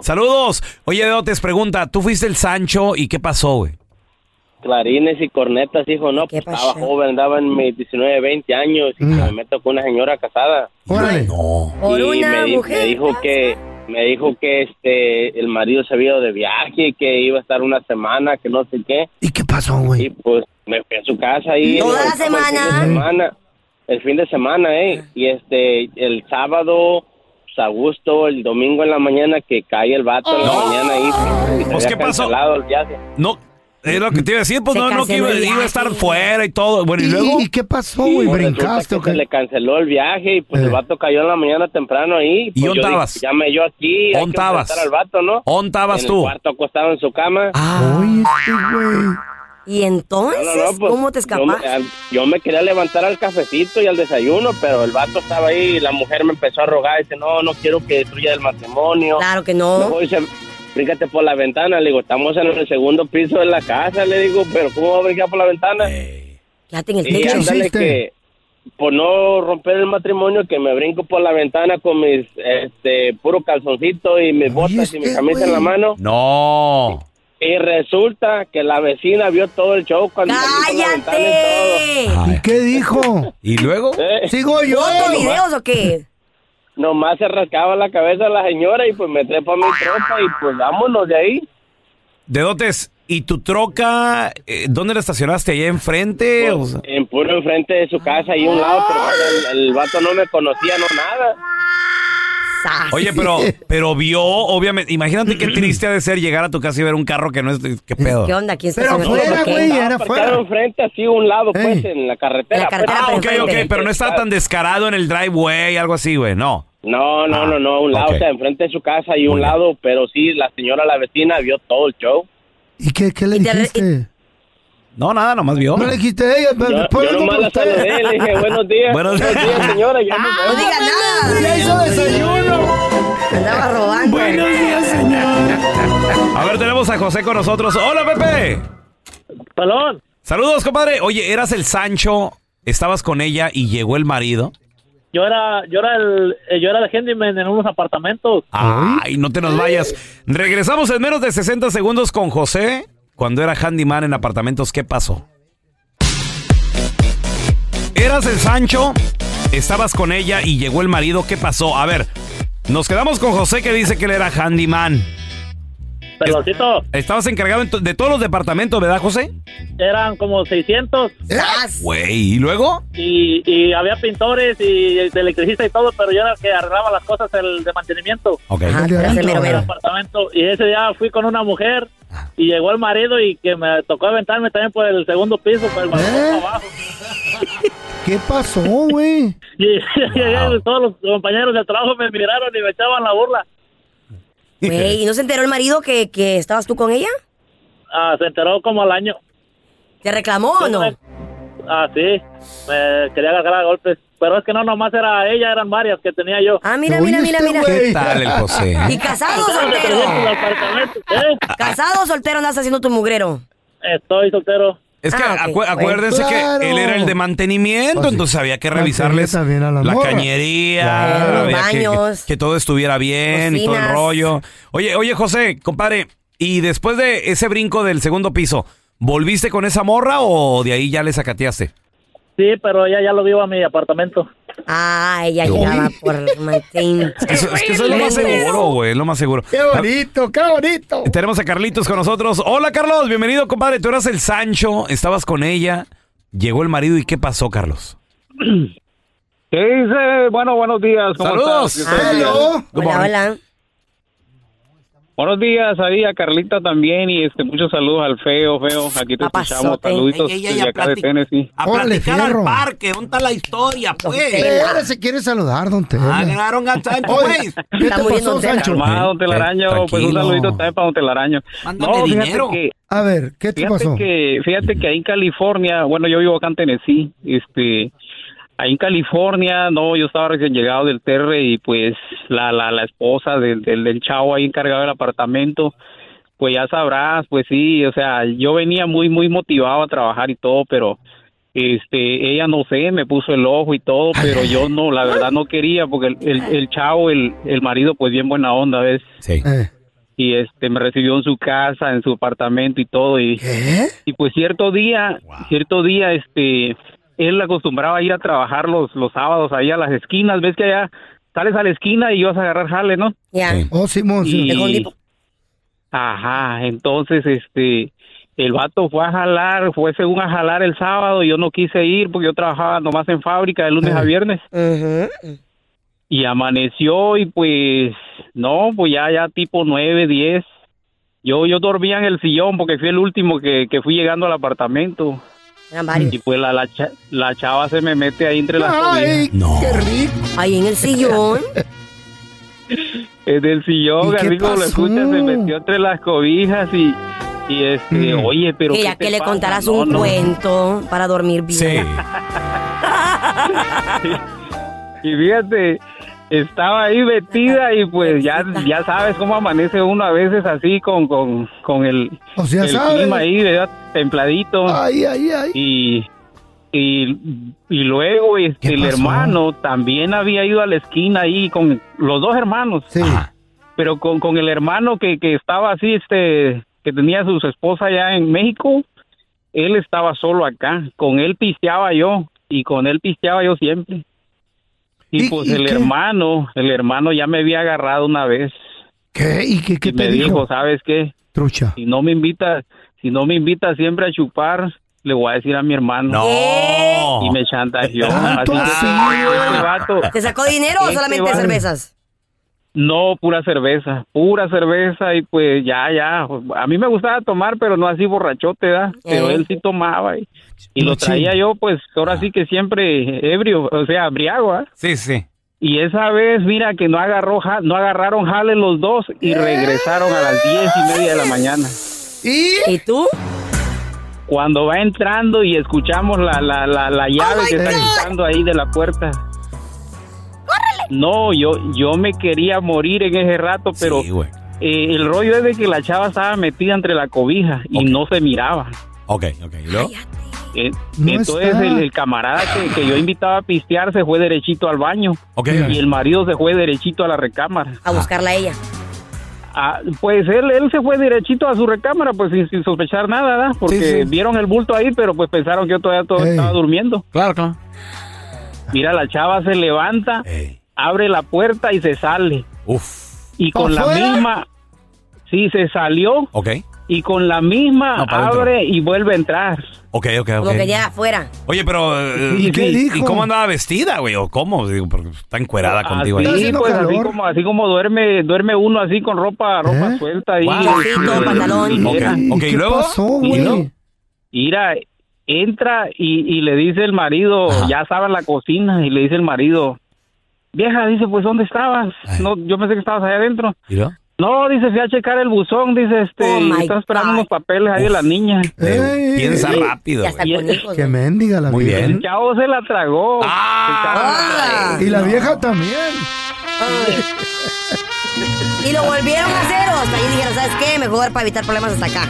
S1: Saludos. Oye, Dedotes, pregunta, ¿tú fuiste el Sancho y qué pasó, güey?
S19: clarines y cornetas, hijo, no, pues estaba joven, andaba en mis 19, 20 años y
S3: Mm.
S19: que me meto con una señora casada.
S4: Por
S19: Y
S4: una
S19: me, di-
S4: mujer
S19: me dijo que me dijo que este el marido se había ido de viaje, que iba a estar una semana, que no sé qué.
S3: ¿Y qué pasó, güey?
S19: Y pues me fui a su casa y
S4: Toda la
S19: El fin de semana, Mm. el fin de semana, eh, y este el sábado pues, a gusto, el domingo en la mañana que cae el vato en la mañana ahí.
S1: Pues, ¿qué pasó? No, es lo que te iba a decir, pues
S19: Se
S1: no, no, que
S19: canceló
S1: iba,
S19: el
S1: iba a
S19: viaje.
S1: estar fuera y todo. Bueno, y luego...
S3: ¿Y qué pasó, güey?
S19: Pues resulta
S3: ¿Brincaste o
S19: que
S3: qué? Eh.
S19: se le canceló el viaje y pues el vato cayó en la mañana temprano ahí.
S1: ¿Y
S19: Pues,
S1: dónde
S19: yo
S1: estabas?
S19: dije, Llame yo aquí. hay que
S1: ¿Dónde estabas?
S19: enfrentar al vato, ¿no?
S1: ¿Dónde estabas
S19: en
S1: tú? Ah.
S19: el cuarto acostado en su cama.
S4: ¿Y entonces
S19: pues,
S4: cómo te
S19: yo me-
S4: escapaste?
S19: al- Yo me, quería levantar al cafecito y al desayuno, pero el vato estaba ahí y la mujer me empezó a rogar. Dice, no, no quiero que destruya el matrimonio.
S4: Claro que no.
S19: Luego dice, bríncate por la ventana. Le digo, estamos en el segundo piso de la casa. Le digo, pero ¿cómo va a brincar por la ventana?
S4: Quédate en el
S19: Y
S4: techo.
S19: ándale que por no romper el matrimonio que me brinco por la ventana con mis este puro calzoncito y este mis botas y mi camisa en la mano
S1: No.
S19: y resulta que la vecina vio todo el show cuando salí por la ventana
S3: ¿Y qué dijo?
S1: ¿Y luego?
S19: Eh.
S3: ¿Sigo yo?
S19: ¿Fotos,
S4: videos o qué?
S19: Nomás se rascaba la cabeza la señora y pues me trepa mi tropa y pues vámonos de ahí.
S1: Dedotes, ¿Y tu troca, eh, dónde la estacionaste? ¿Allá enfrente? O sea,
S19: Pues, En puro enfrente de su casa y un lado, pero el, el vato no me conocía, no nada.
S1: oye, pero, pero vio, obviamente, imagínate qué triste ha de ser llegar a tu casa y ver un carro que no es, qué pedo.
S4: ¿Qué onda? ¿Quién está
S19: Pero
S4: haciendo
S19: afuera,
S4: eso? ¿Qué?
S19: güey, era afuera. Estaba enfrente, así a un lado, pues, en la carretera.
S4: La carretera,
S19: pues.
S4: pero
S1: Ah, Ok, ok, pero no está tan descarado en el driveway, algo así, güey, no.
S19: No, no,
S1: Ah,
S19: no, no, un lado,
S1: ok.
S19: o sea, enfrente de su casa y un
S1: Muy bien.
S19: lado, pero sí, la señora, la vecina, vio todo el show.
S3: ¿Y qué, qué le dijiste?
S1: No, nada, nomás vio.
S3: No le dijiste a ella, pero
S19: Yo-
S3: después
S19: yo
S3: vengo
S19: nomás
S3: por
S19: la
S3: usted.
S19: saludé, le dije, buenos días.
S1: Buenos
S19: días, señora, ya nos vemos.
S3: Ya hizo desayuno.
S4: Andaba robando.
S1: Buenos días, señor. A ver, tenemos a José con nosotros. Hola, Pepe.
S9: Pelón.
S1: Saludos, compadre. Oye, eras el Sancho, estabas con ella y llegó el marido.
S9: Yo era, yo era el, eh, yo era el handyman en unos apartamentos.
S1: Ay, no te nos vayas. Regresamos en menos de 60 segundos con José. Cuando era handyman en apartamentos, ¿qué pasó? Eras el Sancho, estabas con ella y llegó el marido, ¿qué pasó? A ver, nos quedamos con José que dice que él era handyman.
S9: Peloncito.
S1: Estabas encargado en to- de todos los departamentos, ¿verdad, José?
S9: Eran como 600.
S1: ¿Eh? Güey, ¿y luego?
S9: Y, y había pintores y electricistas y todo, pero yo era el que arreglaba las cosas el de mantenimiento.
S1: Ok.
S4: Ah,
S9: el apartamento. Y ese día fui con una mujer
S1: Ah.
S9: y llegó el marido y que me tocó aventarme también por el segundo piso, por el balcón abajo.
S3: ¿Qué pasó, güey?
S9: Y, y todos los compañeros del trabajo me miraron y me echaban la burla.
S4: Güey, ¿y no se enteró el marido que, que estabas tú con ella?
S9: Ah, se enteró como al año.
S4: ¿Te reclamó o no?
S9: Ah, sí. Me quería agarrar a golpes. Pero es que no, nomás era ella, eran varias que tenía yo.
S4: Ah, mira, mira, mira, mira.
S1: ¿Qué tal el José?
S4: ¿Y casado o soltero? ¿Casado o soltero andas haciendo tu mugrero?
S9: Estoy soltero.
S1: Es que
S4: Ah, ok.
S1: acu- acuérdense
S4: Claro.
S1: que él era el de mantenimiento, entonces había que revisarles
S3: Pues Mantenía también a la
S1: la
S3: morra.
S1: cañería,
S3: Claro.
S1: había que-
S3: Baños.
S1: que, que todo estuviera bien y todo el
S3: Cocinas.
S1: rollo. Oye, oye, José, compadre, y después de ese brinco del segundo piso, ¿volviste con esa morra o de ahí ya le sacateaste?
S9: Sí, pero ella ya lo vio a mi apartamento.
S4: Ah, ella llegaba por Martín.
S1: Eso- es que eso es lo más seguro, güey, es lo más seguro.
S3: Qué bonito, qué bonito.
S1: Tenemos a Carlitos con nosotros. Hola, Carlos, bienvenido, compadre. Tú eras el Sancho, estabas con ella, llegó el marido y ¿qué pasó, Carlos?
S9: ¿Qué dice? Bueno, buenos días. ¿cómo
S1: Saludos.
S9: estás? Buenos
S1: Hello.
S9: días.
S1: Good Hola, morning. hola.
S9: Buenos días ahí a Carlita también y este muchos saludos al feo, feo. Aquí te escuchamos.
S1: Papazote.
S9: Saluditos
S1: Ey, ey, ey,
S9: desde
S1: a
S9: acá de
S1: platic-
S9: Tennessee.
S1: a
S3: Órale,
S1: platicar al
S3: fierro.
S1: parque, ¿dónde está la historia, pues?
S3: Tela. se Eh, quiere saludar, don Tela.
S1: Agarraron a Sancho,
S3: Oye,
S1: pues.
S3: ¿Qué te pasó, Sancho?
S9: Calmado, don Telaraño. Pues un
S3: tranquilo.
S9: saludito también para don Telaraño.
S3: Mándame
S9: fíjate
S3: dinero.
S9: que-
S3: A ver, ¿qué te
S9: fíjate
S3: pasó?
S9: Que, fíjate que ahí en California, bueno, yo vivo acá en Tennessee, este, ahí en California, no, yo estaba recién llegado del Terre y pues la, la, la esposa del, del, del chavo ahí encargado del apartamento, pues ya sabrás, pues sí, o sea, yo venía muy, muy motivado a trabajar y todo, pero este, ella no sé, me puso el ojo y todo, pero yo no, la verdad no quería, porque el, el, el chavo, el, el marido, pues bien buena onda, ¿ves?
S1: Sí.
S3: Eh.
S9: y este me recibió en su casa, en su apartamento y todo y y pues cierto día, cierto día este él acostumbraba a ir a trabajar los los sábados ahí a las esquinas, ves que allá sales a la esquina y vas a agarrar jale, ¿no?
S4: Ya.
S3: Oh, Simón, sí.
S9: Y- Ajá, entonces este el vato fue a jalar, fue según a jalar el sábado, y yo no quise ir porque yo trabajaba nomás en fábrica de lunes a viernes. Y amaneció y pues no, pues ya ya tipo nueve, diez. Yo yo dormía en el sillón porque fui el último que, que fui llegando al apartamento.
S4: Eran varios.
S9: Y pues la, la, cha- la chava se me mete ahí entre las
S3: Ay,
S9: rodillas.
S3: qué rico.
S4: Ahí en el sillón.
S9: En el
S4: ¿Y
S9: sillón,
S4: qué
S9: así como lo
S4: pasó?
S9: escuchas, se metió entre las cobijas y, y este,
S4: Mm.
S9: oye, pero.
S4: que
S9: ¿qué
S4: ya
S9: te
S4: que le
S9: pasa?
S4: contarás
S9: No,
S4: un
S9: no.
S4: cuento para dormir bien.
S9: Y fíjate, estaba ahí vestida y pues ya, ya sabes cómo amanece uno a veces así con, con, con el,
S3: sea,
S9: el
S3: sabes.
S9: clima ahí, ¿verdad? Templadito.
S3: Ay, ay, ay.
S9: Y, y, y luego este, el hermano también había ido a la esquina ahí con los dos hermanos. Ajá. Pero con, con el hermano que, que estaba así, este, que tenía a su esposa allá en México, él estaba solo acá. Con él pisteaba yo y con él pisteaba yo siempre. Y, pues el hermano, el hermano ya me había agarrado una vez.
S3: ¿Qué? ¿Y qué, qué
S9: y
S3: te
S9: me
S3: dijo?
S9: ¿sabes qué?
S3: Trucha.
S9: Si no me invitas, si si no me invita siempre a chupar, le voy a decir a mi hermano.
S1: No.
S9: Y me chantajeó.
S4: ¿Tanto
S9: Así que, este vato-
S4: ¿Te sacó dinero o
S9: Este
S4: solamente
S9: vato-
S4: cervezas?
S9: No, pura cerveza, pura cerveza y pues ya, ya. A mí me gustaba tomar, pero no así borrachote, ¿da? Pero
S2: Eh.
S9: él sí tomaba y, y lo
S2: Machín.
S9: traía yo, pues ahora sí que siempre ebrio, o sea, briago, ¿ah?
S1: Sí, sí.
S9: Y esa vez, mira que no agarró, ja- no agarraron jale los dos y regresaron a las diez y media de la mañana.
S4: ¿Y? tú?
S9: Cuando va entrando y escuchamos la, la, la,
S4: Oh
S9: la llave que está quitando ahí de la puerta. No, yo, yo me quería morir en ese rato, pero eh, el rollo es de que la chava estaba metida entre la cobija y no se miraba.
S1: Ok, ok. ¿y luego?
S9: Eh,
S1: No
S9: entonces
S1: está.
S9: el, el camarada que, que yo invitaba a pistear se fue derechito al baño
S1: Ok.
S9: y el marido se fue derechito a la recámara.
S4: A buscarla a ella.
S9: Ah, pues él, él se fue derechito a su recámara, pues sin, sin sospechar nada, ¿verdad? Porque
S1: Sí, sí.
S9: vieron el bulto ahí, pero pues pensaron que yo todavía todo estaba durmiendo.
S1: Claro, claro.
S9: Mira, la chava se levanta, abre la puerta y se sale.
S1: Uf.
S9: Y con la
S1: ¿Afuera?
S9: misma... Sí, se salió
S1: Ok.
S9: y con la misma
S1: No, para adentro.
S9: abre y vuelve a entrar.
S1: Ok, ok, ok.
S4: Como que ya afuera.
S1: Oye, pero. eh,
S9: ¿Y qué dijo?
S1: ¿Y cómo andaba vestida, güey? ¿O cómo? Digo, porque está encuerada contigo
S9: Así,
S1: ahí.
S9: pues, así como, así como duerme, duerme uno así con ropa, ropa suelta ahí.
S1: Wow.
S9: Este,
S1: Ok,
S9: ligera.
S1: ¿Eh? ok, ¿y luego? ¿Y luego?
S9: Mira, entra y, y le dice el marido, ya estaba en la cocina, y le dice el marido, vieja, dice, pues, ¿dónde estabas? No, yo pensé que estabas allá adentro.
S1: ¿Y luego?
S9: No, dice, fui a checar el buzón, dice,
S1: Oh
S9: este, y estaba esperando unos papeles ahí de la niña.
S1: piensa
S9: Y-
S1: rápido,
S9: y-
S1: Ya está
S9: y-
S3: Qué mendiga la
S1: Muy
S3: vieja.
S9: El chavo se la tragó.
S1: Ah,
S3: Y la vieja también.
S4: ¿Y lo volvieron a hacer o hasta ahí dijeron, ¿sabes qué? Mejor para evitar problemas hasta acá.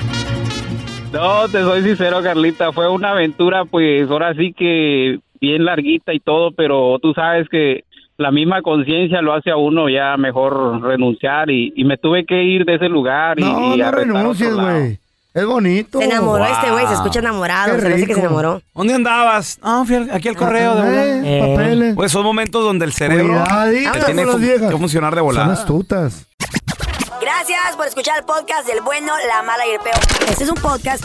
S9: No, te soy sincero, Carlita, fue una aventura, pues ahora sí que bien larguita y todo, pero tú sabes que la misma conciencia lo hace a uno ya mejor renunciar y, y me tuve que ir de ese lugar. Y,
S3: No,
S9: y
S3: no
S9: apretar otro
S3: renuncies,
S9: lado.
S3: güey. Es bonito.
S4: Se enamoró este güey, se escucha enamorado,
S3: Qué
S4: se parece que se
S3: rico.
S4: enamoró.
S1: ¿Dónde andabas? Ah, fui al- aquí al correo de
S3: Eh,
S1: volada.
S3: papeles.
S1: Pues son momentos donde el cerebro
S3: Cuidadito
S1: te
S3: con
S1: tiene
S3: las
S1: fu-
S3: viejas.
S1: que funcionar de
S3: Son
S1: volada.
S3: astutas.
S4: Gracias por escuchar el podcast del bueno, la mala y el peor. Este es un podcast